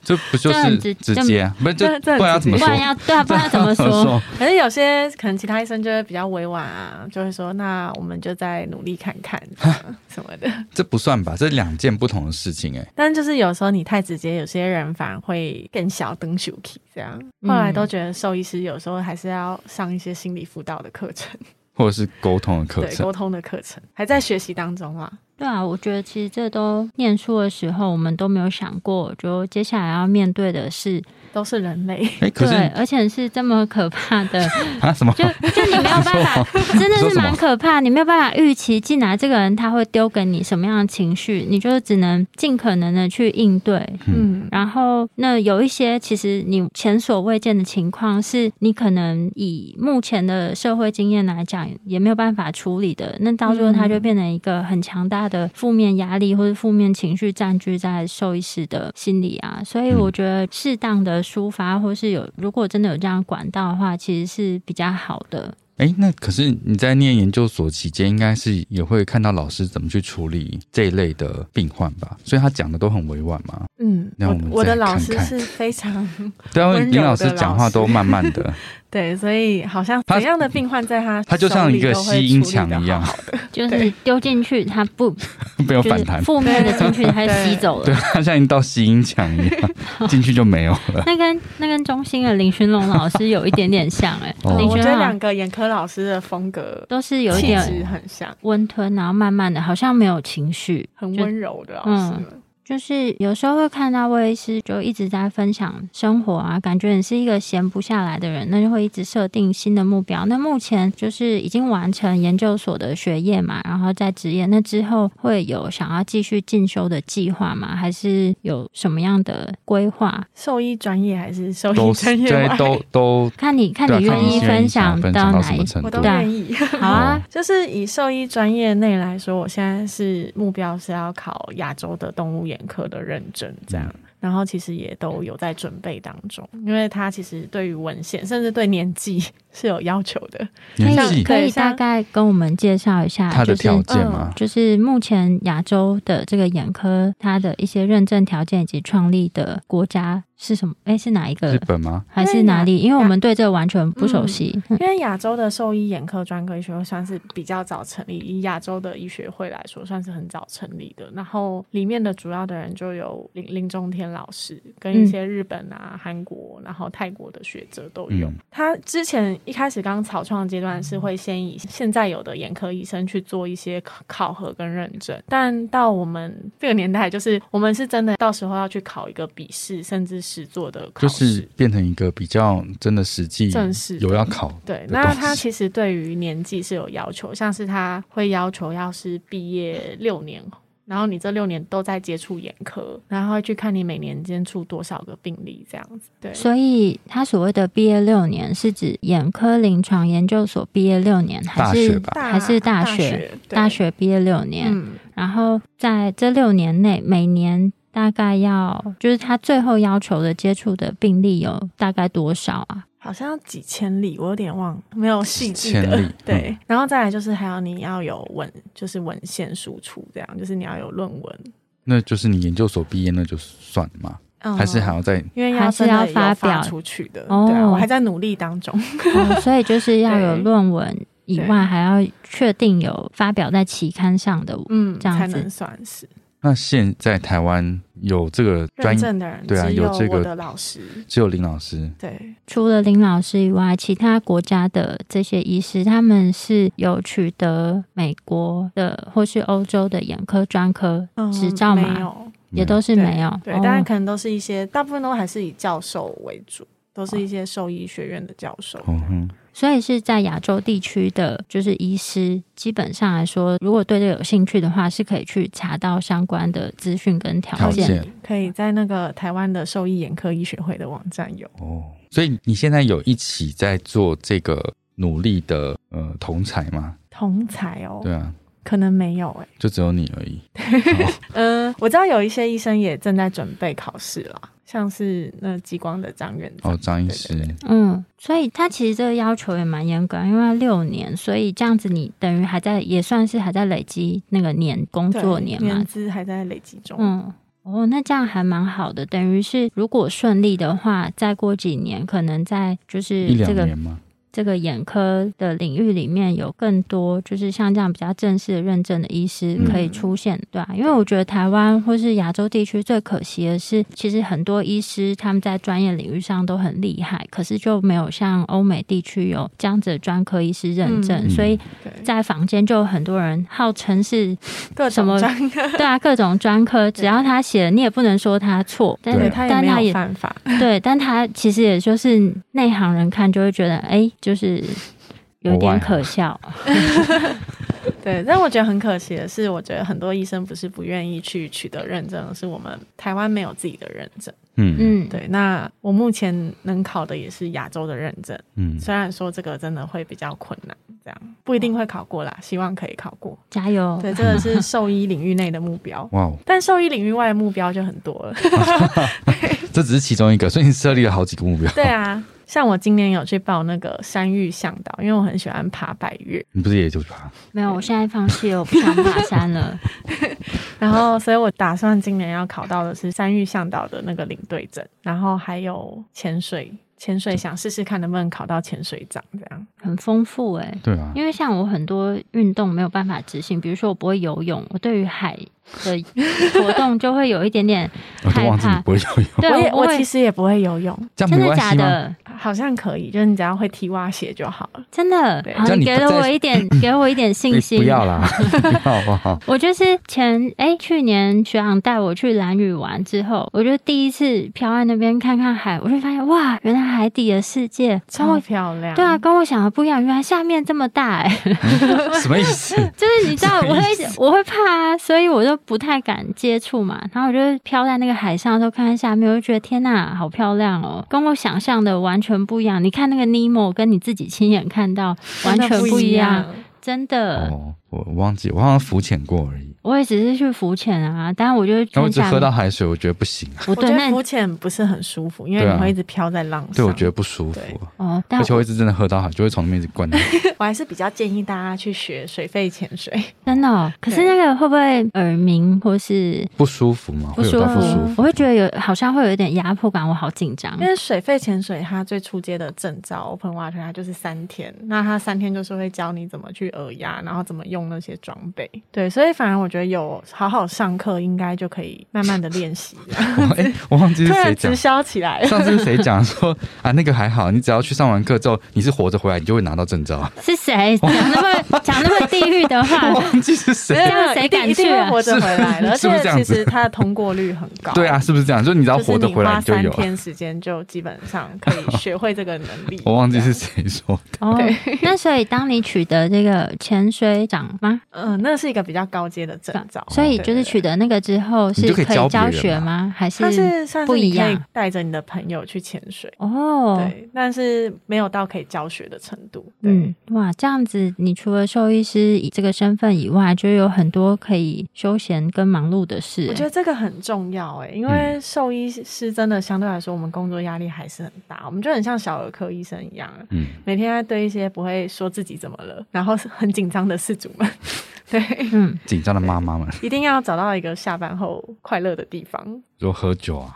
Speaker 2: 这不就
Speaker 1: 这很
Speaker 2: 是
Speaker 1: 直
Speaker 2: 直接啊？不是就
Speaker 3: 这这很
Speaker 2: 不然要怎么
Speaker 3: 直接
Speaker 1: 不
Speaker 2: 说？
Speaker 1: 然要对啊，不然要怎 么说？
Speaker 2: 说？
Speaker 3: 可是有些可能其他医生就会比较委婉啊，就会说那我们就再努力看看这样什么的。
Speaker 2: 这不算吧？这两件不同的事情哎、
Speaker 3: 但就是有时候你太直接，有些人反而会更小登手 k 这样。
Speaker 1: 嗯
Speaker 3: 后来都觉得兽医师有时候还是要上一些心理辅导的课程，
Speaker 2: 或者是沟通的课
Speaker 3: 对
Speaker 2: 程。
Speaker 3: 沟通的课程，还在学习当中啦。
Speaker 1: 对啊，我觉得其实这都念书的时候，我们都没有想过，就接下来要面对的是，
Speaker 3: 都是人类，
Speaker 2: 哎、可
Speaker 1: 对，
Speaker 2: 是
Speaker 1: 而且是这么可怕 的，
Speaker 2: 啊什么？
Speaker 1: 就就你没有办 法，真的
Speaker 2: 你说
Speaker 1: 是
Speaker 2: 什么
Speaker 1: 蛮可怕，你没有办法预期进来这个人他会丢给你什么样的情绪，你就只能尽可能的去应对。
Speaker 3: 嗯，
Speaker 1: 然后，那有一些其实你前所未见的情况，是你可能以目前的社会经验来讲，也没有办法处理的。那到最后，
Speaker 3: 嗯
Speaker 1: 它就变成一个很强大的负面压力或者负面情绪占据在兽医师的心里啊。所以，
Speaker 2: 嗯
Speaker 1: 我觉得适当的抒发，或是有如果真的有这样管道的话，其实是比较好的。
Speaker 2: 哎、那可是你在念研究所期间，应该是也会看到老师怎么去处理这一类的病患吧？所以他讲的都很委婉嘛。
Speaker 3: 嗯，
Speaker 2: 那我们
Speaker 3: 我我的
Speaker 2: 再看
Speaker 3: 老师
Speaker 2: 看
Speaker 3: 是非常
Speaker 2: 对啊，
Speaker 3: 温柔的
Speaker 2: 林老师讲话
Speaker 3: 老师
Speaker 2: 都慢慢的，
Speaker 3: 对，所以好像
Speaker 2: 他
Speaker 3: 怎样的病患在他
Speaker 2: 他就像一个
Speaker 3: 手里都会
Speaker 2: 吸音
Speaker 3: 处理得
Speaker 2: 墙一样
Speaker 3: 好，
Speaker 1: 就是
Speaker 3: 对
Speaker 1: 丢进去，它不
Speaker 2: 没有
Speaker 1: 就
Speaker 2: 反
Speaker 1: 是
Speaker 2: 弹。
Speaker 1: 负面的进去，它就吸走了
Speaker 2: 对。他像一道吸音墙一 样，进去就没有了。
Speaker 1: 那跟那跟中心的林勋龙老师有一点点像哎、
Speaker 2: 哦
Speaker 1: 林
Speaker 3: 我
Speaker 1: 勋
Speaker 3: 觉
Speaker 1: 龙
Speaker 3: 得
Speaker 1: 老
Speaker 3: 两个眼科老师的风格
Speaker 1: 都是有一
Speaker 3: 气
Speaker 1: 点
Speaker 3: 质很像，
Speaker 1: 温吞，然后慢慢的，好像没有情绪。
Speaker 3: 很温柔的老
Speaker 1: 嗯
Speaker 3: 师们。
Speaker 1: 就是有时候会看到魏医师就一直在分享生活啊，感觉你是一个闲不下来的人，那就会一直设定新的目标。那目前就是已经完成研究所的学业嘛，然后在职业，那之后会有想要继续进修的计划吗？还是有什么样的规划？
Speaker 3: 兽医专业还是兽
Speaker 2: 都
Speaker 3: 医专业
Speaker 2: 对
Speaker 3: 外，
Speaker 2: 都都，
Speaker 1: 看你看
Speaker 2: 对啊，
Speaker 1: 你
Speaker 2: 看
Speaker 1: 愿
Speaker 2: 你
Speaker 1: 意
Speaker 2: 愿
Speaker 1: 分
Speaker 2: 想
Speaker 1: 享
Speaker 2: 分
Speaker 1: 到
Speaker 2: 享到
Speaker 1: 哪
Speaker 2: 什
Speaker 1: 一
Speaker 2: 么程
Speaker 3: 我
Speaker 2: 度
Speaker 3: 都？
Speaker 1: 对啊
Speaker 3: 愿意。
Speaker 1: 好啊
Speaker 2: 哦，
Speaker 3: 就是以兽医专业内
Speaker 2: 嗯
Speaker 3: 来说，我现在是目标是要考亚洲的动物眼科的认证，这样。然后其实也都有在准备当中，因为他其实对于文献，甚至对年纪是有要求的。
Speaker 1: 可
Speaker 2: 年
Speaker 1: 以
Speaker 2: 纪
Speaker 1: 可以
Speaker 3: 对像
Speaker 1: 大概跟我们介绍一下，
Speaker 2: 它的
Speaker 1: 就是
Speaker 2: 条件吗？
Speaker 1: 就是目前亚洲的这个眼科，它的一些认证条件以及创立的国家是什么？哎，是哪一个？
Speaker 2: 日本吗？
Speaker 1: 还是哪里？
Speaker 3: 因为亚
Speaker 1: 因为我们对这完全不熟悉。嗯
Speaker 3: 因为亚洲的兽医眼科专科医学会算是比较早成立，以亚洲的医学会来说，算是很早成立的。然后里面的主要的人就有林林中天老师，跟一些日本啊、韩国，然后泰国的学者都有。
Speaker 2: 嗯
Speaker 3: 他之前一开始刚草创阶段是会先以现在有的眼科医生去做一些考考核跟认证，但到我们这个年代，就是我们是真的到时候要去考一个笔试，甚至实做的考
Speaker 2: 就
Speaker 3: 试。
Speaker 2: 是变成一个比较真的实际
Speaker 3: 正式的
Speaker 2: 有要考
Speaker 3: 对，
Speaker 2: 的
Speaker 3: 那
Speaker 2: 东
Speaker 3: 他
Speaker 2: 西
Speaker 3: 其实对于年纪是有要求，像是他会要求要是毕业六年，然后你这六年都在接触眼科，然后会去看你每年接触多少个病例这样子。对，
Speaker 1: 所以，他所谓的毕业六年，是指眼科临床研究所毕业六年，
Speaker 2: 大
Speaker 1: 还
Speaker 2: 学
Speaker 1: 是
Speaker 2: 吧，
Speaker 3: 大
Speaker 1: 还是大
Speaker 3: 大
Speaker 1: 学
Speaker 3: 对
Speaker 1: 大学毕业六年？
Speaker 3: 嗯，
Speaker 1: 然后在这六年内，每年大概要，就是他最后要求的接触的病例有大概多少啊？
Speaker 3: 好像几千例，我有点忘，没有细记
Speaker 2: 几千
Speaker 3: 的
Speaker 2: 例。
Speaker 3: 对，
Speaker 2: 嗯
Speaker 3: 然后再来就是还有你要有文，就是文献输出这样，就是你要有论文，
Speaker 2: 那就是你研究所毕业那就算嘛，
Speaker 1: 哦
Speaker 3: 嗯
Speaker 2: 还是还要再
Speaker 3: 因为
Speaker 1: 还
Speaker 3: 要
Speaker 1: 是
Speaker 3: 真的
Speaker 1: 要
Speaker 3: 有
Speaker 1: 发
Speaker 3: 发
Speaker 1: 表
Speaker 3: 出去的。
Speaker 1: 哦
Speaker 3: 对啊，我还在努力 当中。
Speaker 1: 哦所以就是要有
Speaker 3: 对
Speaker 1: 论文以
Speaker 3: 对
Speaker 1: 外，还要确定有发表在期刊上的。
Speaker 3: 嗯，
Speaker 1: 这样
Speaker 3: 才
Speaker 1: 子
Speaker 3: 能算是
Speaker 2: 那现在台湾有这个专
Speaker 3: 认证的人，
Speaker 2: 对啊
Speaker 3: 只
Speaker 2: 有这个
Speaker 3: 我的老师，
Speaker 2: 只有林老师，
Speaker 3: 对，
Speaker 1: 除了林老师以外，其他国家的这些医师，他们是有取得美国的或是欧洲的眼科专科
Speaker 3: 嗯
Speaker 1: 执照
Speaker 3: 没
Speaker 1: 吗？
Speaker 3: 有，
Speaker 1: 也
Speaker 2: 没有
Speaker 1: 都是
Speaker 3: 对
Speaker 1: 没有。
Speaker 3: 对，
Speaker 1: 哦
Speaker 3: 当然可能都是一些，大部分都还是以教授为主，都
Speaker 1: 哦
Speaker 3: 是一些兽医学院的教授。
Speaker 2: 哦哼，
Speaker 1: 所以是在亚洲地区的，就是医师，基本上来说，如果对这有兴趣的话，是可以去查到相关的资讯跟条
Speaker 2: 条
Speaker 1: 件。
Speaker 2: 件
Speaker 3: 可以在那个台湾的兽医眼科医学会的网站有，
Speaker 2: 哦，所以你现在有一起在做这个努力的呃同才吗？
Speaker 3: 同才哦，
Speaker 2: 对啊，
Speaker 3: 可能没有哎、
Speaker 2: 就只有你 而已。
Speaker 3: 嗯，我知道有一些医生也正在准备考试啦，像是那激光的张院长。
Speaker 2: 哦，张医师
Speaker 3: 对对对
Speaker 1: 嗯，所以他其实这个要求也蛮严格，因为要六年，所以这样子你等于还在也算是还在累积那个年工
Speaker 3: 对
Speaker 1: 作年嘛
Speaker 3: 年。资还在累积中。
Speaker 1: 嗯，哦，那这样还蛮好的，等于是如果顺利的话，再过几年可能在就是
Speaker 2: 一两
Speaker 1: 这个
Speaker 2: 年吗？
Speaker 1: 这个眼科的领域里面有更多，就是像这样比较正式的认证的医师
Speaker 2: 嗯
Speaker 1: 可以出现，对啊，因为我觉得台湾或是亚洲地区最可惜的是，其实很多医师他们在专业领域上都很厉害，可是就没有像欧美地区有这样子的专科医师认证，
Speaker 2: 嗯
Speaker 1: 所以
Speaker 3: 对，
Speaker 1: 在坊间就有很多人号称是
Speaker 3: 各
Speaker 1: 什么
Speaker 3: 种专科，
Speaker 1: 对啊各种专科，只要他写了你也不能说他错，但
Speaker 2: 对
Speaker 1: 是
Speaker 2: 啊
Speaker 3: 他
Speaker 1: 但
Speaker 3: 也
Speaker 1: 他
Speaker 3: 没
Speaker 1: 也
Speaker 3: 有犯法。
Speaker 1: 对，但他其实也就是内行人看就会觉得，哎、就是有
Speaker 2: 国外
Speaker 1: 点可笑。
Speaker 3: 对，但我觉得很可惜的是，我觉得很多医生不是不愿意去取得认证，而是我们台湾没有自己的认证。
Speaker 2: 嗯
Speaker 1: 嗯，
Speaker 3: 对，那我目前能考的也是亚洲的认证，
Speaker 2: 嗯，
Speaker 3: 虽然说这个真的会比较困难，这样不一定会考过啦，希望可以考过。
Speaker 1: 加油。
Speaker 3: 对，这个是兽医领域内的目标，
Speaker 2: 哇哦，
Speaker 3: 但兽医领域外的目标就很多了。
Speaker 2: 这只是其中一个，所以你设立了好几个目标。
Speaker 3: 对，啊，像我今年有去报那个山域向导，因为我很喜欢爬百越，
Speaker 2: 你不是也就爬？
Speaker 1: 没有，我现在放弃了，我不想爬山了。
Speaker 3: 然后，所以我打算今年要考到的是山域向导的那个领队证，然后还有潜水，潜水想试试看能不能考到潜水长这样。
Speaker 1: 很丰富哎、
Speaker 2: 对啊，
Speaker 1: 因为像我很多运动没有办法执行，比如说我不会游泳，我对于海的活动就会有一点点
Speaker 2: 我都
Speaker 1: 害
Speaker 2: 忘记你
Speaker 1: 怕。
Speaker 2: 不会游泳，
Speaker 1: 对，
Speaker 3: 啊我也
Speaker 1: 不
Speaker 3: 我
Speaker 1: 会
Speaker 3: 其实也不会游泳，
Speaker 2: 这样
Speaker 1: 真
Speaker 2: 没
Speaker 1: 的
Speaker 2: 关
Speaker 1: 假
Speaker 2: 系吗？哎
Speaker 1: 的？
Speaker 3: 好像可以，就是你只要会踢蛙鞋就好了。
Speaker 1: 真的
Speaker 3: 对，
Speaker 1: 好，
Speaker 2: 这样
Speaker 1: 你
Speaker 2: 你
Speaker 1: 给
Speaker 2: 不
Speaker 1: 了
Speaker 2: 再
Speaker 1: 我一 点，给我一点信
Speaker 2: 哎
Speaker 1: 心。
Speaker 2: 不 要啦，不要好不好？
Speaker 1: 我就是前哎、去年学长带我去兰屿玩之后，我就第一次漂在那边看看海，我就发现哇，原来海底的世界跟
Speaker 3: 超
Speaker 1: 我
Speaker 3: 漂亮，
Speaker 1: 对啊，，跟我想的不一样，原来下面这么大 哎、
Speaker 2: 什么意思？
Speaker 1: 就是你知道
Speaker 2: 什
Speaker 1: 我
Speaker 2: 么
Speaker 1: 会
Speaker 2: 意思
Speaker 1: 我会怕啊，所以我就不太敢接触嘛。然后我就漂在那个海上的时候，看看下面，我就觉得天呐，好漂亮哦，跟我想象的完全不一样。你看那个尼莫，跟你自己亲眼看到完全
Speaker 3: 不
Speaker 1: 不一
Speaker 3: 样
Speaker 1: 样，。真的。
Speaker 2: 哦，我忘记，我好像浮潜过而已。
Speaker 1: 我也只是去浮潜啊，但我就
Speaker 2: 然后
Speaker 1: 很
Speaker 2: 一直
Speaker 1: 想
Speaker 2: 喝到海水，我觉得不行啊，
Speaker 1: 不
Speaker 3: 我觉
Speaker 1: 对，那
Speaker 3: 得浮潜不是很舒服，因为
Speaker 2: 对啊
Speaker 3: 你会一直飘在浪上。
Speaker 2: 对我觉得不舒服
Speaker 3: 对
Speaker 2: 啊。
Speaker 1: 哦，但
Speaker 2: 而且我一直真的喝到海，就会从里面一直灌到。
Speaker 3: 我还是比较建议大家去学水肺潜水。
Speaker 1: 真的哦、可是
Speaker 3: 对
Speaker 1: 那个会不会耳鸣或是
Speaker 2: 不舒服吗？
Speaker 1: 不
Speaker 2: 会有
Speaker 1: 舒
Speaker 2: 到
Speaker 1: 服？
Speaker 2: 不舒
Speaker 1: 我
Speaker 2: 服。
Speaker 1: 会觉得有好像会有一点压迫感，我好紧张
Speaker 3: 因。为水肺潜水它最初阶的证照 Open Water 它就是三天，那它三天就是会教你怎么去耳压，然后怎么用那些装备。对，所以反而我觉得有好好上课，应该就可以慢慢的练习，
Speaker 2: 哎、我忘 记是
Speaker 3: 突
Speaker 2: 谁
Speaker 3: 然
Speaker 2: 讲
Speaker 3: 直，销起来了。
Speaker 2: 上次是谁讲说啊？那个还好，你只要去上完课之后，你是活着回来，你就会拿到证照。
Speaker 1: 是谁讲那么讲那么地狱的话？
Speaker 2: 忘记是谁
Speaker 3: 没有
Speaker 1: 这样
Speaker 3: 没有
Speaker 1: 谁
Speaker 3: 一定
Speaker 1: 敢
Speaker 3: 一定
Speaker 1: 去啊
Speaker 3: 会活着回 来的，而
Speaker 2: 是不是这
Speaker 3: 且
Speaker 2: 样
Speaker 3: 其
Speaker 2: 子
Speaker 3: 实它的通过率很高。
Speaker 2: 对啊，，是不是这样？就是你只要
Speaker 3: 就是
Speaker 2: 活着
Speaker 3: 你
Speaker 2: 回来，
Speaker 3: 花
Speaker 2: 你就
Speaker 3: 三
Speaker 2: 有了。
Speaker 3: 天时间就基本上可
Speaker 2: 。
Speaker 3: 以学会这个能力
Speaker 2: 我忘记是谁说，
Speaker 1: 哦，那所以当你取得这个潜水长吗？
Speaker 3: 嗯，那是一个比较高阶的证照，
Speaker 1: 所以就是取得那个之后
Speaker 2: 哦你
Speaker 1: 是
Speaker 2: 就可以教别
Speaker 1: 教
Speaker 2: 人嘛
Speaker 1: 学吗？还
Speaker 3: 它是算
Speaker 1: 不
Speaker 3: 是你
Speaker 1: 一
Speaker 3: 可以
Speaker 1: 样？
Speaker 3: 带着你的朋友去潜水，
Speaker 1: 哦，
Speaker 3: 对，但是没有到可以教学的程度。对，
Speaker 1: 嗯，哇，这样子，你除了兽医师以这个身份以外，就有很多可以休闲跟忙碌的事。
Speaker 3: 我觉得这个很重要哎、因为兽医师真的相对来说，我们工作压力还是很大，我们就很像小儿科医生一样啊，
Speaker 2: 嗯，
Speaker 3: 每天在对一些不会说自己怎么了，然后是很紧张的事主们， 对，
Speaker 1: 嗯，
Speaker 2: 紧张的妈妈们
Speaker 3: 一定要找到一个下班后快乐的地方，
Speaker 2: 说喝酒啊。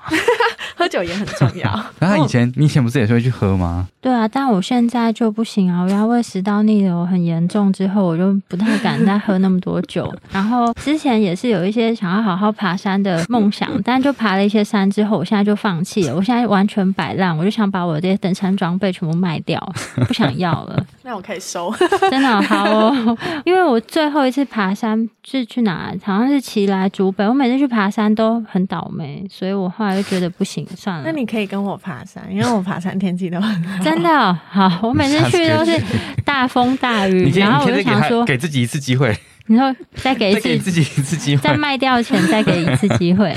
Speaker 3: 喝酒也很重要。
Speaker 2: 然后他以前，你以前不是也是会去喝吗？
Speaker 1: 对啊，但我现在就不行啊，我要胃食道逆流很严重之后，我就不太敢再喝那么多酒。然后之前也是有一些想要好好爬山的梦想，但就爬了一些山之后，我现在就放弃了。我现在完全摆烂，我就想把我这些登山装备全部卖掉，不想要了。
Speaker 3: 那我可以收，
Speaker 1: 真的哦好哦，因为我最后一次爬山是去哪？好像是奇来竹北。我每次去爬山都很倒霉，所以我后来就觉得不行，算了。
Speaker 3: 那你可以跟我爬山，因为我爬山天气都很 好。
Speaker 1: 真的哦、好，我每次去都是大风大雨
Speaker 2: 你，可以，
Speaker 1: 然
Speaker 2: 你
Speaker 1: 后
Speaker 2: 可
Speaker 1: 我就
Speaker 2: 以再给
Speaker 1: 想
Speaker 2: 他
Speaker 1: 说，
Speaker 2: 给自己一次机会，
Speaker 1: 你说再给
Speaker 2: 再
Speaker 1: 一
Speaker 2: 给
Speaker 1: 次，
Speaker 2: 自己一次机会
Speaker 1: 在。卖掉前再给一次机会。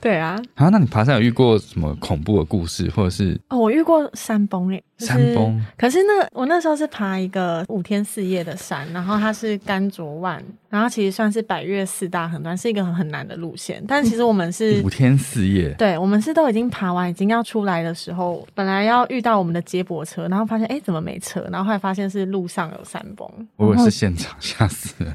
Speaker 3: 对啊，
Speaker 2: 啊，那你爬山有遇过什么恐怖的故事，或者是
Speaker 3: 哦，我遇过山崩诶、就是
Speaker 2: 山崩？
Speaker 3: 可是那我那时候是爬一个五天四夜的山，然后它是甘卓万，然后其实算是百越四大横断，是一个很难的路线。但其实我们是，
Speaker 2: 五天四夜？
Speaker 3: 对，我们是都已经爬完，已经要出来的时候，本来要遇到我们的接驳车，然后发现哎、诶怎么没车，然后后来发现是路上有山崩。
Speaker 2: 我以为是现场，吓死了。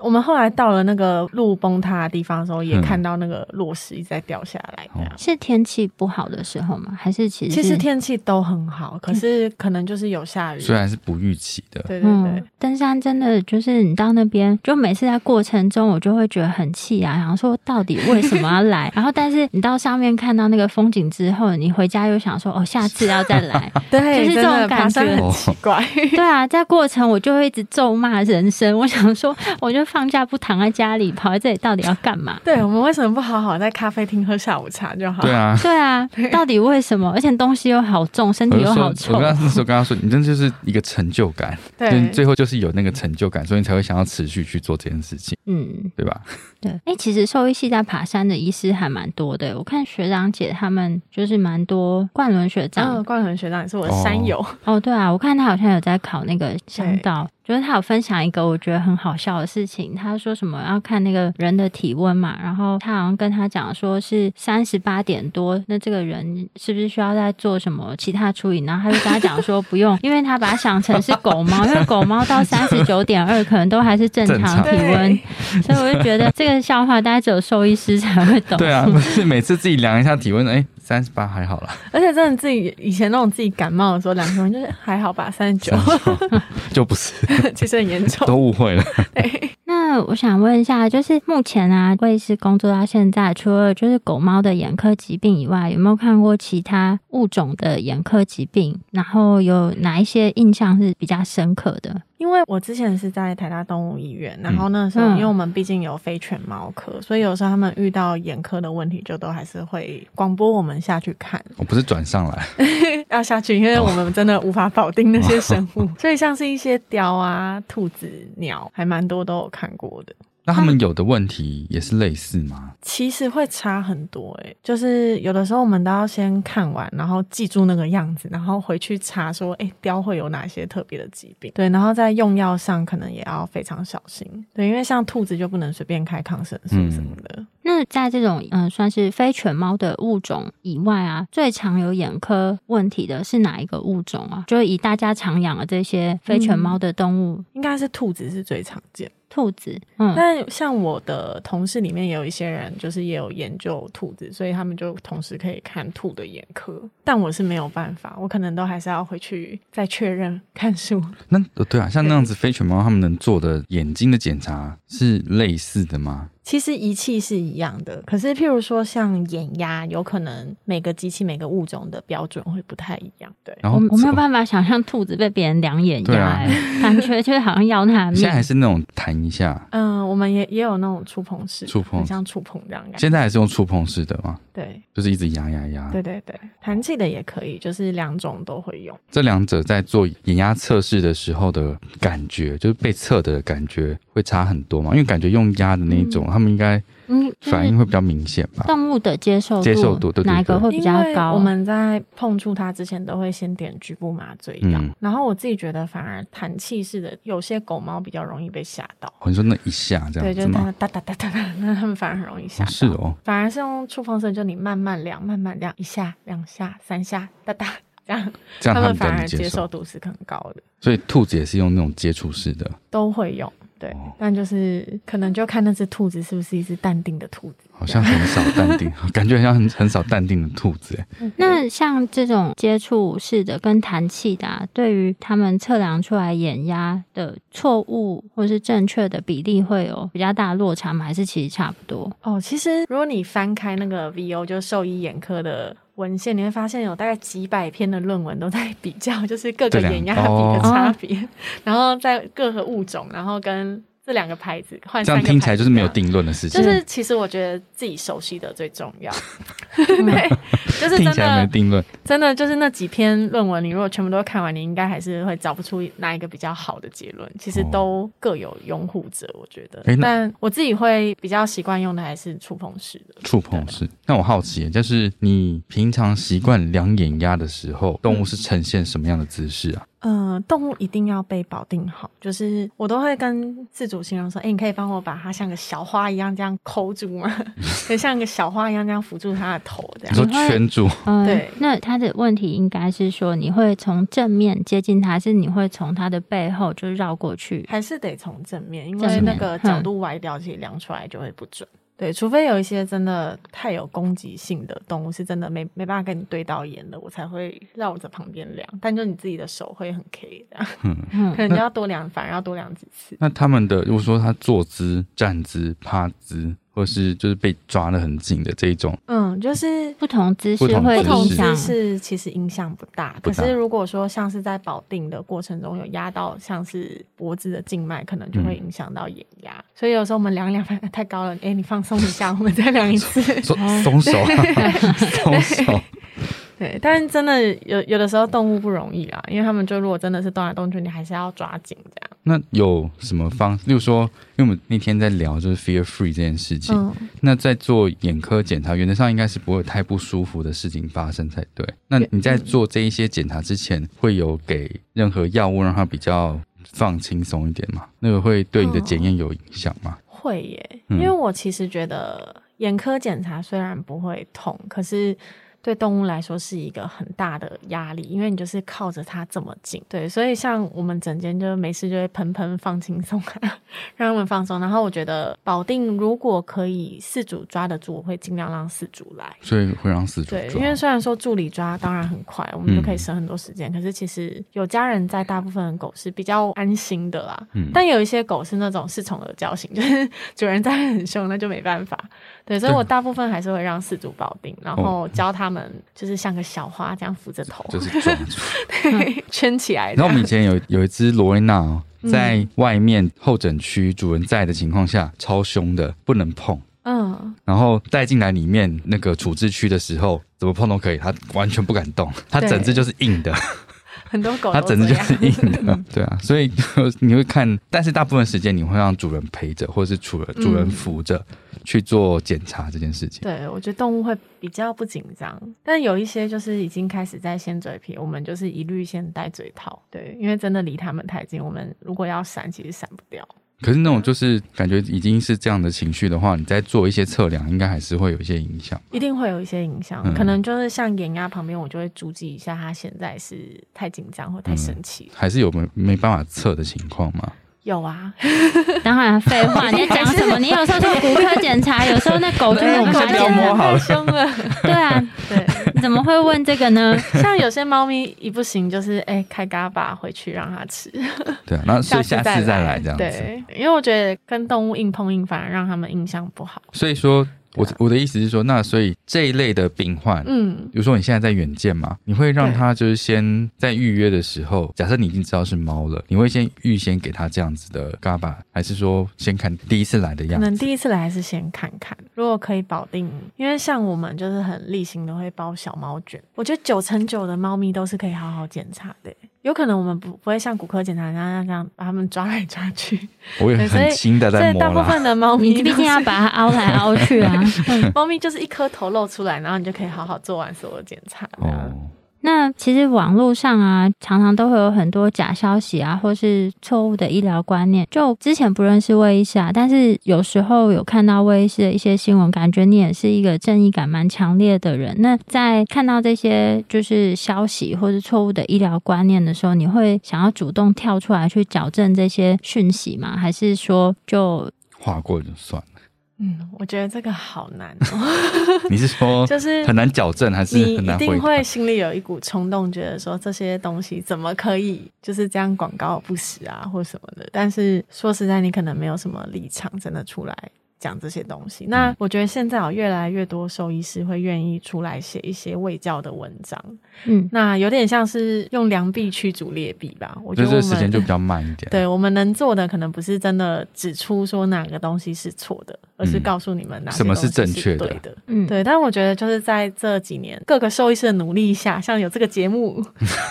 Speaker 3: 我们后来到了那个路崩塌的地方的时候，也
Speaker 2: 嗯
Speaker 3: 看到那个落石一直在掉下来。这样
Speaker 1: 是天气不好的时候吗？还是其实
Speaker 3: 其实
Speaker 1: 是
Speaker 3: 天气都很好，可是可能就是有下雨。
Speaker 2: 虽然是不预期的，
Speaker 3: 对对对
Speaker 1: 嗯，，登山真的就是你到那边，就每次在过程中，我就会觉得很气啊，想说到底为什么要 来？然后，但是你到上面看到那个风景之后，你回家又想说，哦，下次要再 来。
Speaker 3: 对，
Speaker 1: 就是这
Speaker 3: 真的
Speaker 1: 种感
Speaker 3: 爬山
Speaker 1: 觉
Speaker 3: 很奇怪。
Speaker 1: 对啊，在过程我就会一直咒骂人生，我想说，我就放假不躺在家里，跑在这里到底要干嘛？
Speaker 3: 对我们为什么不好好在咖啡厅喝下午茶就好？
Speaker 2: 对 啊。
Speaker 1: 对啊，到底为什么？而且东西又好重，身
Speaker 2: 我
Speaker 1: 体
Speaker 2: 就
Speaker 1: 又
Speaker 2: 说，
Speaker 1: 好
Speaker 2: 我
Speaker 1: 臭
Speaker 2: 刚。那时候跟他说，你真的就是一个成就感，
Speaker 3: 对
Speaker 2: 就你最后就是有那个成就感，所以你才会想要持续去做这件事情，
Speaker 1: 嗯，
Speaker 2: 对吧？
Speaker 1: 对。哎、其实兽医系在爬山的医师还蛮多的，我看学长姐他们就是蛮多冠伦学长
Speaker 2: 哦
Speaker 3: 嗯，冠恒学长也是我的山友，
Speaker 1: 哦，对啊，我看他好像有在考那个香道，就是他有分享一个我觉得很好笑的事情，他说什么要看那个人的体温嘛，然后他好像跟他讲说是三十八点多，那这个人是不是需要再做什么其他处理？然后他就跟他讲说不用，因为他把他想成是狗猫，因为狗猫到三十九点二可能都还是正
Speaker 2: 正
Speaker 1: 常
Speaker 2: 常
Speaker 1: 体温，所以我就觉得这个笑话大概只有兽医师才会懂。
Speaker 2: 对啊，不是每次自己量一下体温，哎、三十八还好 啦，
Speaker 3: 而且真的自己以前那种自己感冒的时候，量体温就是哎还好吧，三十 九，
Speaker 2: 就不 是，
Speaker 3: 其实很严
Speaker 2: 都
Speaker 3: 重。
Speaker 2: 误会了。
Speaker 1: 那我想问一下，就是目前啊，卫师工作到现在，除了就是狗猫的眼科疾病以外，有没有看过其他物种的眼科疾病？然后有哪一些印象是比较深刻的？
Speaker 3: 因为我之前是在台大动物医院，然后
Speaker 1: 嗯
Speaker 3: 那时候、因为我们毕竟有非犬猫科，所以有时候他们遇到眼科的问题，就都还是会广播我们下去看。
Speaker 2: 我不是转上来，
Speaker 3: 要下去，因为我们真的无法保定那
Speaker 1: 哦
Speaker 3: 些生物，所以像是一些雕啊、兔子、鸟，还蛮多都有看过的。
Speaker 2: 那他们有的问题也是类似吗？
Speaker 3: 其实会差很多诶、就是有的时候我们都要先看完，然后记住那个样子，然后回去查说，诶，雕会有哪些特别的疾病？对，然后在用药上可能也要非常小心，对，因为像兔子就不能随便开抗生素什么的。
Speaker 1: 那在这种嗯、呃算是非犬猫的物种以外啊，最常有眼科问题的是哪一个物种啊？就以大家常养的这些非犬猫的动物，
Speaker 3: 应该是兔子是最常见，
Speaker 1: 兔子，嗯，
Speaker 3: 但像我的同事里面也有一些人，就是也有研究兔子，所以他们就同时可以看兔的眼科。但我是没有办法，我可能都还是要回去再确认看书。
Speaker 2: 那呃对啊，像那样子非犬猫，他们能做的眼睛的检查是类似的吗？
Speaker 3: 其实仪器是一样的，可是譬如说像眼压，有可能每个机器每个物种的标准会不太一样。对，
Speaker 2: 然后
Speaker 1: 我我没有
Speaker 2: 法，
Speaker 1: 办法想象兔子被别人量眼
Speaker 2: 对
Speaker 1: 压、
Speaker 2: 啊
Speaker 1: 欸，感觉就是好像要它的
Speaker 2: 现在还
Speaker 1: 命。
Speaker 2: 是那种弹一下，
Speaker 3: 嗯、我们也也有那种触碰式，
Speaker 2: 触碰
Speaker 3: 很像触碰这样感觉。
Speaker 2: 现在还是用触碰式的吗？
Speaker 3: 对
Speaker 2: 就是一直压压压。
Speaker 3: 对对对，弹气的也可以，就是两种都会用。
Speaker 2: 这两者在做眼压测试的时候的感觉，就是被测的感觉会差很多嘛？因为感觉用压的那一种，他们应该
Speaker 1: 嗯，就是
Speaker 2: 反应会比较明显
Speaker 3: 嗯
Speaker 2: 吧？
Speaker 1: 动物的接受度，
Speaker 2: 接受度对对对
Speaker 1: 哪一个会比较
Speaker 3: 因为
Speaker 1: 高？
Speaker 3: 我们在碰触它之前都会先点局部麻醉药，
Speaker 2: 嗯
Speaker 3: 然后我自己觉得反而弹气式的有些狗猫比较容易被吓到，
Speaker 2: 哦，你说那一下这样
Speaker 3: 对，就
Speaker 2: 子
Speaker 3: 是它
Speaker 2: 吗？
Speaker 3: 们哒哒哒哒哒，那它们反而很容易吓
Speaker 2: 哦
Speaker 3: 到。
Speaker 2: 是哦，
Speaker 3: 反而是用触碰式，就你慢慢量，慢慢量，一下、两下、三下，哒哒， 这样，
Speaker 2: 这样他
Speaker 3: 们
Speaker 2: 们比较
Speaker 3: 反
Speaker 2: 能
Speaker 3: 而
Speaker 2: 接
Speaker 3: 接
Speaker 2: 受
Speaker 3: 受。度是很高的，
Speaker 2: 所以兔子也是用那种接触式的，
Speaker 3: 都会用。对
Speaker 2: 哦，
Speaker 3: 但就是可能就看那只兔子是不是一只淡定的兔子。
Speaker 2: 好像很少淡定，感觉好像很很少淡定的兔子。哎
Speaker 1: 那像这种接触式的跟弹气的、啊，对于他们测量出来眼压的错误或是正确的比例会有比较大的落差吗？还是其实差不多？
Speaker 3: 哦，其实如果你翻开那个 VO 就兽医眼科的文献，你会发现有大概几百篇的论文都在比较，就是各
Speaker 2: 这
Speaker 3: 个
Speaker 2: 两
Speaker 3: 眼压比
Speaker 2: 哦
Speaker 3: 的差别，然后在各个物种，然后跟这两个牌子换
Speaker 2: 这
Speaker 3: 三
Speaker 2: 样
Speaker 3: 个
Speaker 2: 听起来
Speaker 3: 牌子
Speaker 2: 就是没有
Speaker 3: 这样
Speaker 2: 定论的事情
Speaker 3: 就，是其实我觉得自己熟悉的最重 要，对，就是
Speaker 2: 听
Speaker 3: 真
Speaker 2: 起来没有
Speaker 3: 的
Speaker 2: 定论。
Speaker 3: 真的就是那几篇论文，你如果全部都看完，你应该还是会找不出哪一个比较好的结论。其实都各有拥护者，我觉得
Speaker 2: 哦诶。那
Speaker 3: 但我自己会比较习惯用的还是触碰式的。
Speaker 2: 触碰式。那我好奇，就是你平常习惯量眼压的时候，动物是呈现什么样的姿势啊？
Speaker 3: 嗯，动物一定要被保定好，就是我都会跟自主形容说，哎、你可以帮我把它像个小花一样这样抠住吗？ 就像个小花一样这样扶住它的头，这
Speaker 2: 你
Speaker 3: 样。
Speaker 2: 说圈住，
Speaker 1: 嗯，
Speaker 3: 对
Speaker 1: 那他的问题应该是说，你会从正面接近他，还是你会从他的背后就绕过去？
Speaker 3: 还是得从正面，嗯因
Speaker 1: 正
Speaker 3: 为
Speaker 1: 面
Speaker 3: 那个角度歪掉，其实量出来就会不准。对，除非有一些真的太有攻击性的动物，是真的没没办法跟你对到眼的，我才会绕着旁边量。但就你自己的手会很 K 这样，
Speaker 1: 嗯
Speaker 3: 可能就要多量，反而要多量几次。
Speaker 2: 那他们的如果说他坐姿、站姿、趴姿，或是就是被抓得很紧的这一种，
Speaker 3: 嗯，就是
Speaker 1: 不同姿势
Speaker 2: 不同
Speaker 1: 会
Speaker 3: 不
Speaker 2: 姿势
Speaker 3: 同
Speaker 1: 影响
Speaker 3: 姿。势其实影响不大，
Speaker 2: 不
Speaker 3: 可
Speaker 2: 大
Speaker 3: 是如果说像是在保定的过程中有压到像是脖子的静脉，可能
Speaker 2: 嗯
Speaker 3: 就会影响到眼压。所以有时候我们量一量，发现太高了，哎、你放松一下，我们再量一次。
Speaker 2: 松
Speaker 3: 哎
Speaker 2: 松 手啊，松手。
Speaker 3: 对，但是真的有有的时候动物不容易啦，因为他们就如果真的是动来动去，你还是要抓紧这样。
Speaker 2: 那有什么方？例如说，因为我们那天在聊就是 fear free 这件事情，
Speaker 3: 嗯，
Speaker 2: 那在做眼科检查，原则上应该是不会有太不舒服的事情发生才对。那你在做这一些检查之前，会有给任何药物让它比较放轻松一点吗？那个会对你的检验有影响吗？
Speaker 3: 会耶，
Speaker 2: 嗯
Speaker 3: 因为我其实觉得眼科检查虽然不会痛，可是。对动物来说是一个很大的压力，因为你就是靠着它这么近，对，所以像我们整间就没事就会喷喷放轻松、啊， 让他们放松。然后我觉得保定如果可以四主抓得住，我会尽量让四主来，
Speaker 2: 所以会让死主
Speaker 3: 对，因
Speaker 2: 抓
Speaker 3: 为虽然说助理抓当然很快，我们就可
Speaker 2: 嗯
Speaker 3: 以省很多时间，可是其实有家人在，大部分的狗是比较安心的啦。
Speaker 2: 嗯
Speaker 3: 但有一些狗是那种恃宠而骄型， 就是主人在很凶，那就没办法。对，所以
Speaker 2: 对哦
Speaker 3: 我大部分还是会让饲主保定，然后教他们就是像个小花这样扶着头，
Speaker 2: 就是抓住。
Speaker 3: 对，圈起来这
Speaker 2: 然后我
Speaker 3: 样。
Speaker 2: 们以前有有一只罗威纳、哦，
Speaker 3: 嗯
Speaker 2: 在外面候诊区主人在的情况下超凶的，不能碰。
Speaker 3: 嗯，
Speaker 2: 然后带进来里面 那个处置区的时候，怎么碰都可以，它完全不敢动，它整只就是硬的。
Speaker 3: 很多狗
Speaker 2: 它
Speaker 3: 都
Speaker 2: 整
Speaker 3: 这
Speaker 2: 只就
Speaker 3: 样。
Speaker 2: 是硬 的，对啊，所以你会看，但是大部分时间你会让主人陪着，或者是主人主人
Speaker 3: 嗯
Speaker 2: 扶着、去做检查这件事情。
Speaker 3: 对，我觉得动物会比较不紧张，但有一些就是已经开始在掀嘴皮，我们就是一律先戴嘴套。对，因为真的离它们太近，我们如果要闪，其实闪不掉。
Speaker 2: 可是那种就是感觉已经是这样的情绪的话，你再做一些测量，应该还是会有一些影响。
Speaker 3: 一定会有一些影响，
Speaker 2: 嗯
Speaker 3: 可能就是像眼压旁边，我就会阻击一下它现在是太紧张或太
Speaker 2: 嗯
Speaker 3: 生气。
Speaker 2: 还是有没没办法测的情况嘛？
Speaker 3: 有啊，
Speaker 1: 当然废话，你在讲什么？你有时候做骨科检查，有时候那狗就
Speaker 2: 哎
Speaker 1: 是
Speaker 2: 我们
Speaker 1: 卡
Speaker 2: 先不要
Speaker 1: 检
Speaker 2: 摸
Speaker 1: 查，
Speaker 2: 好了
Speaker 3: 太凶了。
Speaker 1: 对啊，
Speaker 3: 对，
Speaker 1: 你怎么会问这个呢？
Speaker 3: 像有些猫咪一不行，就是哎、开嘎巴回去让它吃，
Speaker 2: 对啊，那所以下
Speaker 3: 次
Speaker 2: 次再来
Speaker 3: 来
Speaker 2: 这样子。
Speaker 3: 对，因为我觉得跟动物硬碰硬反而让它们印象不好。
Speaker 2: 所以说，我
Speaker 3: 对啊
Speaker 2: 我的意思是说，那所以这一类的病患，
Speaker 3: 嗯，
Speaker 2: 比如说你现在在远见嘛，你会让
Speaker 3: 对
Speaker 2: 他就是先在预约的时候，假设你已经知道是猫了，你会先预先给他这样子的 GABA，还是说先看第一次来的
Speaker 3: 可
Speaker 2: 样
Speaker 3: 能
Speaker 2: 子？
Speaker 3: 第一次来还是先看看，如果可以保定，因为像我们就是很例行的会包小猫卷，我觉得九成九的猫咪都是可以好好检查的。有可能我们不不会像骨科检查那样这样把它们抓来抓去，
Speaker 2: 我也
Speaker 3: 对所以
Speaker 2: 很轻的
Speaker 3: 所
Speaker 2: 在
Speaker 3: 以
Speaker 2: 摸
Speaker 3: 大部
Speaker 2: 啦。
Speaker 3: 分的猫
Speaker 1: 你
Speaker 3: 咪
Speaker 1: 毕
Speaker 3: 都
Speaker 1: 竟哦要
Speaker 3: 是
Speaker 1: 把它凹来凹去啊。
Speaker 3: 猫咪就是一颗头露出来，然后你就可以好好做完所有检查。哦，
Speaker 2: 哦，
Speaker 1: 那其实网络上啊，常常都会有很多假消息啊，或是错误的医疗观念。就之前不认识魏医师啊，但是有时候有看到魏医师的一些新闻，感觉你也是一个正义感蛮强烈的人。那在看到这些就是消息或是错误的医疗观念的时候，你会想要主动跳出来去矫正这些讯息吗？还是说就
Speaker 2: 划过就算了。
Speaker 3: 嗯，我觉得这个好难、哦，
Speaker 2: 你是说
Speaker 3: 就是
Speaker 2: 很难矫正，还
Speaker 3: 你
Speaker 2: 是很
Speaker 3: 一
Speaker 2: 难回
Speaker 3: 定会
Speaker 2: 答？
Speaker 3: 心里有一股冲动，觉得说这些东西怎么可以就是这样广告不实啊，或什么的。但是说实在，你可能没有什么立场真的出来。讲这些东西，
Speaker 2: 嗯
Speaker 3: 那我觉得现在有越来越多兽医师会愿意出来写一些卫教的文章，
Speaker 1: 嗯？
Speaker 3: 那有点像是用良币驱逐劣币吧。我觉
Speaker 2: 就
Speaker 3: 得
Speaker 2: 这
Speaker 3: 我
Speaker 2: 个
Speaker 3: 们
Speaker 2: 时间就比较慢一点。
Speaker 3: 对我们能做的，可能不是真的指出说哪个东西是错的，而是
Speaker 2: 嗯
Speaker 3: 告诉你们哪些
Speaker 2: 什么是
Speaker 3: 东
Speaker 2: 正
Speaker 3: 西
Speaker 2: 确的
Speaker 3: 对的。
Speaker 1: 嗯，
Speaker 3: 对，但我觉得就是在这几年各个兽医师的努力下，像有这个 节目，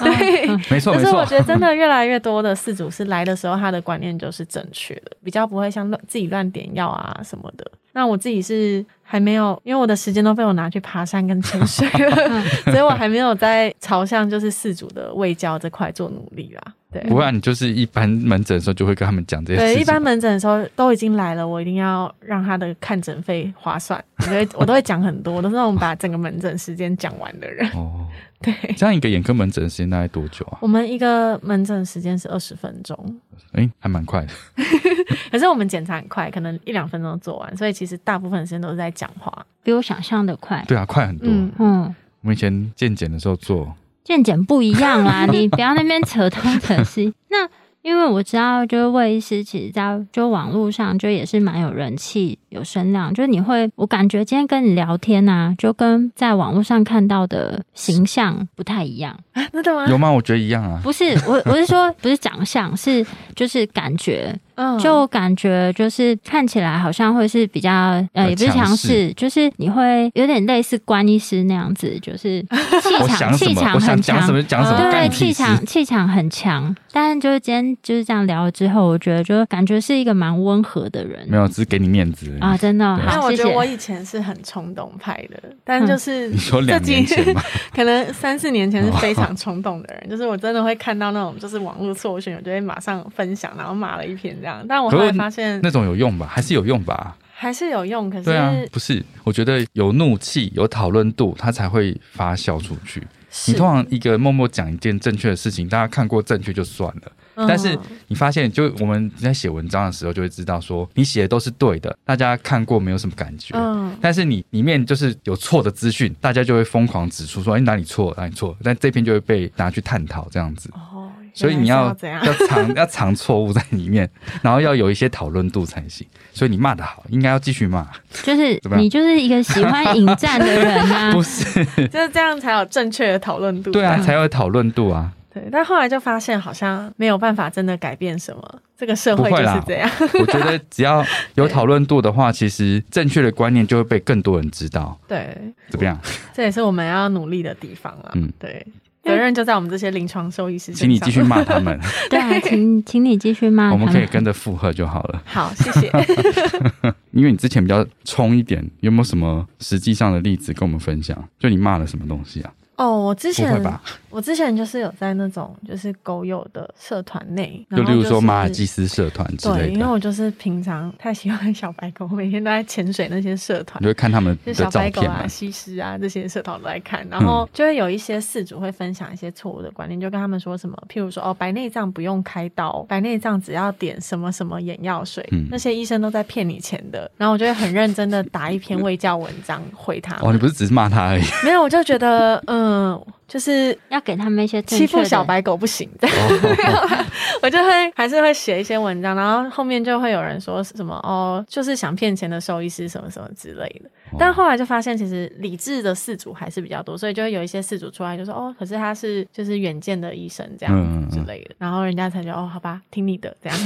Speaker 3: 对，
Speaker 2: 没错
Speaker 3: 就
Speaker 2: 哦没
Speaker 3: 是我
Speaker 2: 错。
Speaker 3: 觉得真的越来越多的饲主是来的时候，他的观念就是正确的，比较不会像乱自己乱点药啊什么的。那我自己是还没有，因为我的时间都被我拿去爬山跟潜水了， 所以我还没有在朝向就是饲主的喂教这块做努力啦。对，
Speaker 2: 不然你就是一般门诊的时候就会跟他们讲这些事
Speaker 3: 对，
Speaker 2: 情。
Speaker 3: 一般门诊的时候都已经来了，我一定要让他的看诊费划算。 我觉得我都会讲很多，我都是那种把整个门诊时间讲完的 人。
Speaker 2: 哦，
Speaker 3: 对，
Speaker 2: 这样一个眼科门诊的时间大概多久啊？
Speaker 3: 我们一个门诊时间是二十分钟，
Speaker 2: 哎、还蛮快的。
Speaker 3: 可是我们检查很快，可能一两分钟做完，所以其实大部分时间都是在讲话。
Speaker 1: 比我想象的快。
Speaker 2: 对啊，快很多。
Speaker 3: 嗯，
Speaker 1: 嗯，
Speaker 2: 我们以前健检的时候做，
Speaker 1: 见解不一样 啦，你不要那边扯东扯西。那因为我知道，就是魏医师，其实在就网络上就也是蛮有人气、有声量。就是你会，我感觉今天跟你聊天啊，就跟在网络上看到的形象不太一样。
Speaker 3: 啊真的吗？
Speaker 2: 有吗？我觉得一样啊。
Speaker 1: 不是我，我是 说，不是长相，是就是感觉，
Speaker 3: 嗯，
Speaker 1: 就感觉就是看起来好像会是比较呃，也不是
Speaker 2: 强
Speaker 1: 强
Speaker 2: 势
Speaker 1: 势，就是你会有点类似关医师那样子，就是气
Speaker 2: 我
Speaker 1: 场
Speaker 2: 想什
Speaker 1: 气
Speaker 2: 么，
Speaker 1: 场
Speaker 2: 我想
Speaker 1: 很
Speaker 2: 讲
Speaker 1: 强
Speaker 2: 什。么就讲什么，
Speaker 3: 对
Speaker 2: 干你
Speaker 1: 对，
Speaker 2: 屁
Speaker 1: 气
Speaker 2: 事
Speaker 1: 场气场很强，但是就是今天就是这样聊了之后，我觉得就是感觉是一个蛮温和的人
Speaker 2: 没有，只是给你面子而已。
Speaker 1: 啊，真的哦。
Speaker 2: 对
Speaker 3: 但
Speaker 1: 好，
Speaker 3: 我
Speaker 1: 谢
Speaker 3: 觉得我
Speaker 1: 谢。
Speaker 3: 以前是很冲动派的，但就是
Speaker 2: 你说两
Speaker 3: 自己
Speaker 2: 年前吧，
Speaker 3: 可能三四年前是非常冲动的人，就是 我真的会看到那种就是网络错讯，我就会马上分享，然后骂了一篇这样。但我后来发现
Speaker 2: 那种有用吧？还是有用吧？
Speaker 3: 还是有用，可
Speaker 2: 对啊，
Speaker 3: 是
Speaker 2: 不是，我觉得有怒气、有讨论度，它才会发酵出去。你通常一个默默讲一件正确的事情，大家看过正确就算了。
Speaker 3: 嗯
Speaker 2: 但是你发现，就我们在写文章的时候，就会知道说你写的都是对的，大家看过没有什么感觉。
Speaker 3: 嗯
Speaker 2: 但是你里面就是有错的资讯，大家就会疯狂指出说，哎，哪里错，哪里错。但这篇就会被拿去探讨这样子。
Speaker 3: 哦，
Speaker 2: 所以你
Speaker 3: 原来是
Speaker 2: 要
Speaker 3: 要怎样？
Speaker 2: 要藏要藏错误在里面，然后要有一些讨论度才行。所以你骂得好，应该要继续 骂，
Speaker 1: 就是
Speaker 2: 怎么样
Speaker 1: 你就是一个喜欢迎战的人啊
Speaker 2: 不，是？
Speaker 3: 就是这样才有正确的讨论度。
Speaker 2: 对啊，才有讨论度啊。
Speaker 3: 对。但后来就发现好像没有办法真的改变什么，这个社会
Speaker 2: 不会
Speaker 3: 就
Speaker 2: 啦
Speaker 3: 是这样。
Speaker 2: 我觉得只要有讨论度的话，其实正确的观念就会被更多人知道，
Speaker 3: 对，
Speaker 2: 怎么样？
Speaker 3: 这也是我们要努力的地方啊。
Speaker 2: 嗯
Speaker 3: 对。责任就在我们这些临床兽医师身上。
Speaker 2: 请你继续骂他们，
Speaker 1: 对啊，请请你继续骂
Speaker 2: 我
Speaker 1: 他
Speaker 2: 们可以跟着附和就好了。
Speaker 3: 好，谢 谢。
Speaker 2: 因为你之前比较冲一点，有没有什么实际上的例子跟我们分享？就你骂了什么东西啊？
Speaker 3: 哦，我之
Speaker 2: 不会
Speaker 3: 前
Speaker 2: 吧？
Speaker 3: 我之前就是有在那种就是狗友的社团内，
Speaker 2: 就
Speaker 3: 然后
Speaker 2: 例如说
Speaker 3: 是
Speaker 2: 马尔济斯社团之
Speaker 3: 对，
Speaker 2: 类
Speaker 3: 因为
Speaker 2: 的，
Speaker 3: 我就是平常太喜欢小白狗，每天都在潜水那些社团
Speaker 2: 你就。会看他们
Speaker 3: 就
Speaker 2: 的
Speaker 3: 小
Speaker 2: 照
Speaker 3: 白狗
Speaker 2: 片
Speaker 3: 啊
Speaker 2: 嘛、。
Speaker 3: 西施啊这些社团都在看，然后就会有一些饲主会分享一些错误的观念，就跟他们说什么，譬如说哦，白内障不用开刀，白内障只要点什么什么眼药水，
Speaker 2: 嗯
Speaker 3: 那些医生都在骗你钱的。然后我就会很认真的打一篇卫教文章回他
Speaker 2: 哦，
Speaker 3: 们
Speaker 2: 你不是只是骂他 而已
Speaker 3: 没有，我就觉得嗯，就是
Speaker 1: 要给他们一些正
Speaker 3: 欺
Speaker 1: 确
Speaker 3: 负
Speaker 1: 的
Speaker 3: 小，白狗不行的，
Speaker 2: 哦
Speaker 3: 我就会还是会写一些文章，然后后面就会有人说什么哦，就是想骗钱的兽医师什么什么之类的。
Speaker 2: 哦
Speaker 3: 但后来就发现，其实理智的饲主还是比较多，所以就会有一些饲主出来就说哦，可是他是就是远见的医生这
Speaker 2: 嗯嗯
Speaker 3: 样
Speaker 2: 嗯
Speaker 3: 子之类的，然后人家才觉得哦，好吧，听你的这样。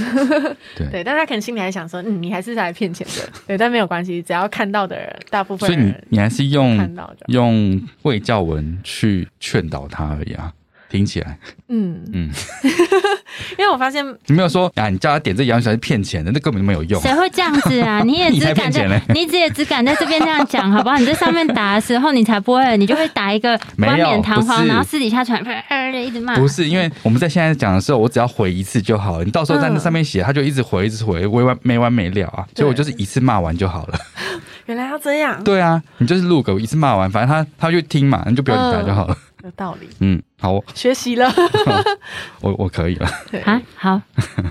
Speaker 2: 对
Speaker 3: 对，但他可能心里还想说，嗯，你还是来骗钱的，对，但没有关系，只要看到的人，大部
Speaker 2: 所
Speaker 3: 分
Speaker 2: 以你嗯
Speaker 3: 人
Speaker 2: 你还是
Speaker 3: 看
Speaker 2: 用
Speaker 3: 到的，
Speaker 2: 用卫教文去劝导他而已啊。听起来，
Speaker 3: 嗯
Speaker 2: 嗯
Speaker 3: 嗯， 因为我发现
Speaker 2: 你没有说啊，你叫他点这羊水是骗钱的，那根本就没有用。
Speaker 1: 谁会这样子 啊？你也
Speaker 2: 你才
Speaker 1: 只敢
Speaker 2: 骗钱
Speaker 1: 在
Speaker 2: 嘞，
Speaker 1: 你只也只敢在这边这样讲，好不好？你在上面打的时候，你才不会，你就会打一个
Speaker 2: 没有
Speaker 1: 冠冕堂
Speaker 2: 不
Speaker 1: 皇，
Speaker 2: 是
Speaker 1: 然后私底下传， 呃呃一直骂。
Speaker 2: 不是，因为我们在现在讲的时候，我只要回一次就好了。你到时候在那
Speaker 3: 嗯
Speaker 2: 上面写，他就一直回，一直回，没完没完没了啊。所以我就是一次骂完就好了。
Speaker 3: 原来要这样，
Speaker 2: 对啊，你就是录个一次骂完，反正他他就听嘛，你就不要理他就好了。
Speaker 3: 有道理，
Speaker 2: 嗯好，我
Speaker 3: 学习了。
Speaker 2: 我我可以了。
Speaker 3: 对
Speaker 1: 啊， 好，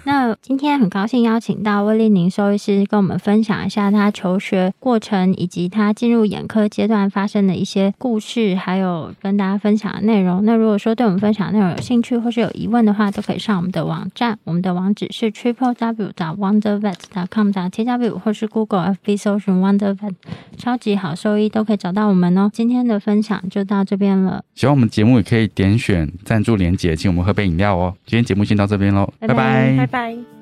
Speaker 1: 那今天很高兴邀请到魏丽宁兽医师跟我们分享一下他求学过程，以及他进入眼科阶段发生的一些故事，还有跟大家分享的内容。那如果说对我们分享的内容有兴趣或是有疑问的话，都可以上我们的网站，我们的网址是 triple w wonder vet com t w 或是 Google FB 搜寻 wonder vet 超级好兽医都可以找到我们哦。今天的分享就到这边了，
Speaker 2: 喜欢我们节目也可以点选赞助连结，请我们喝杯饮料哦。今天节目先到这边喽，
Speaker 1: 拜拜
Speaker 3: 拜拜。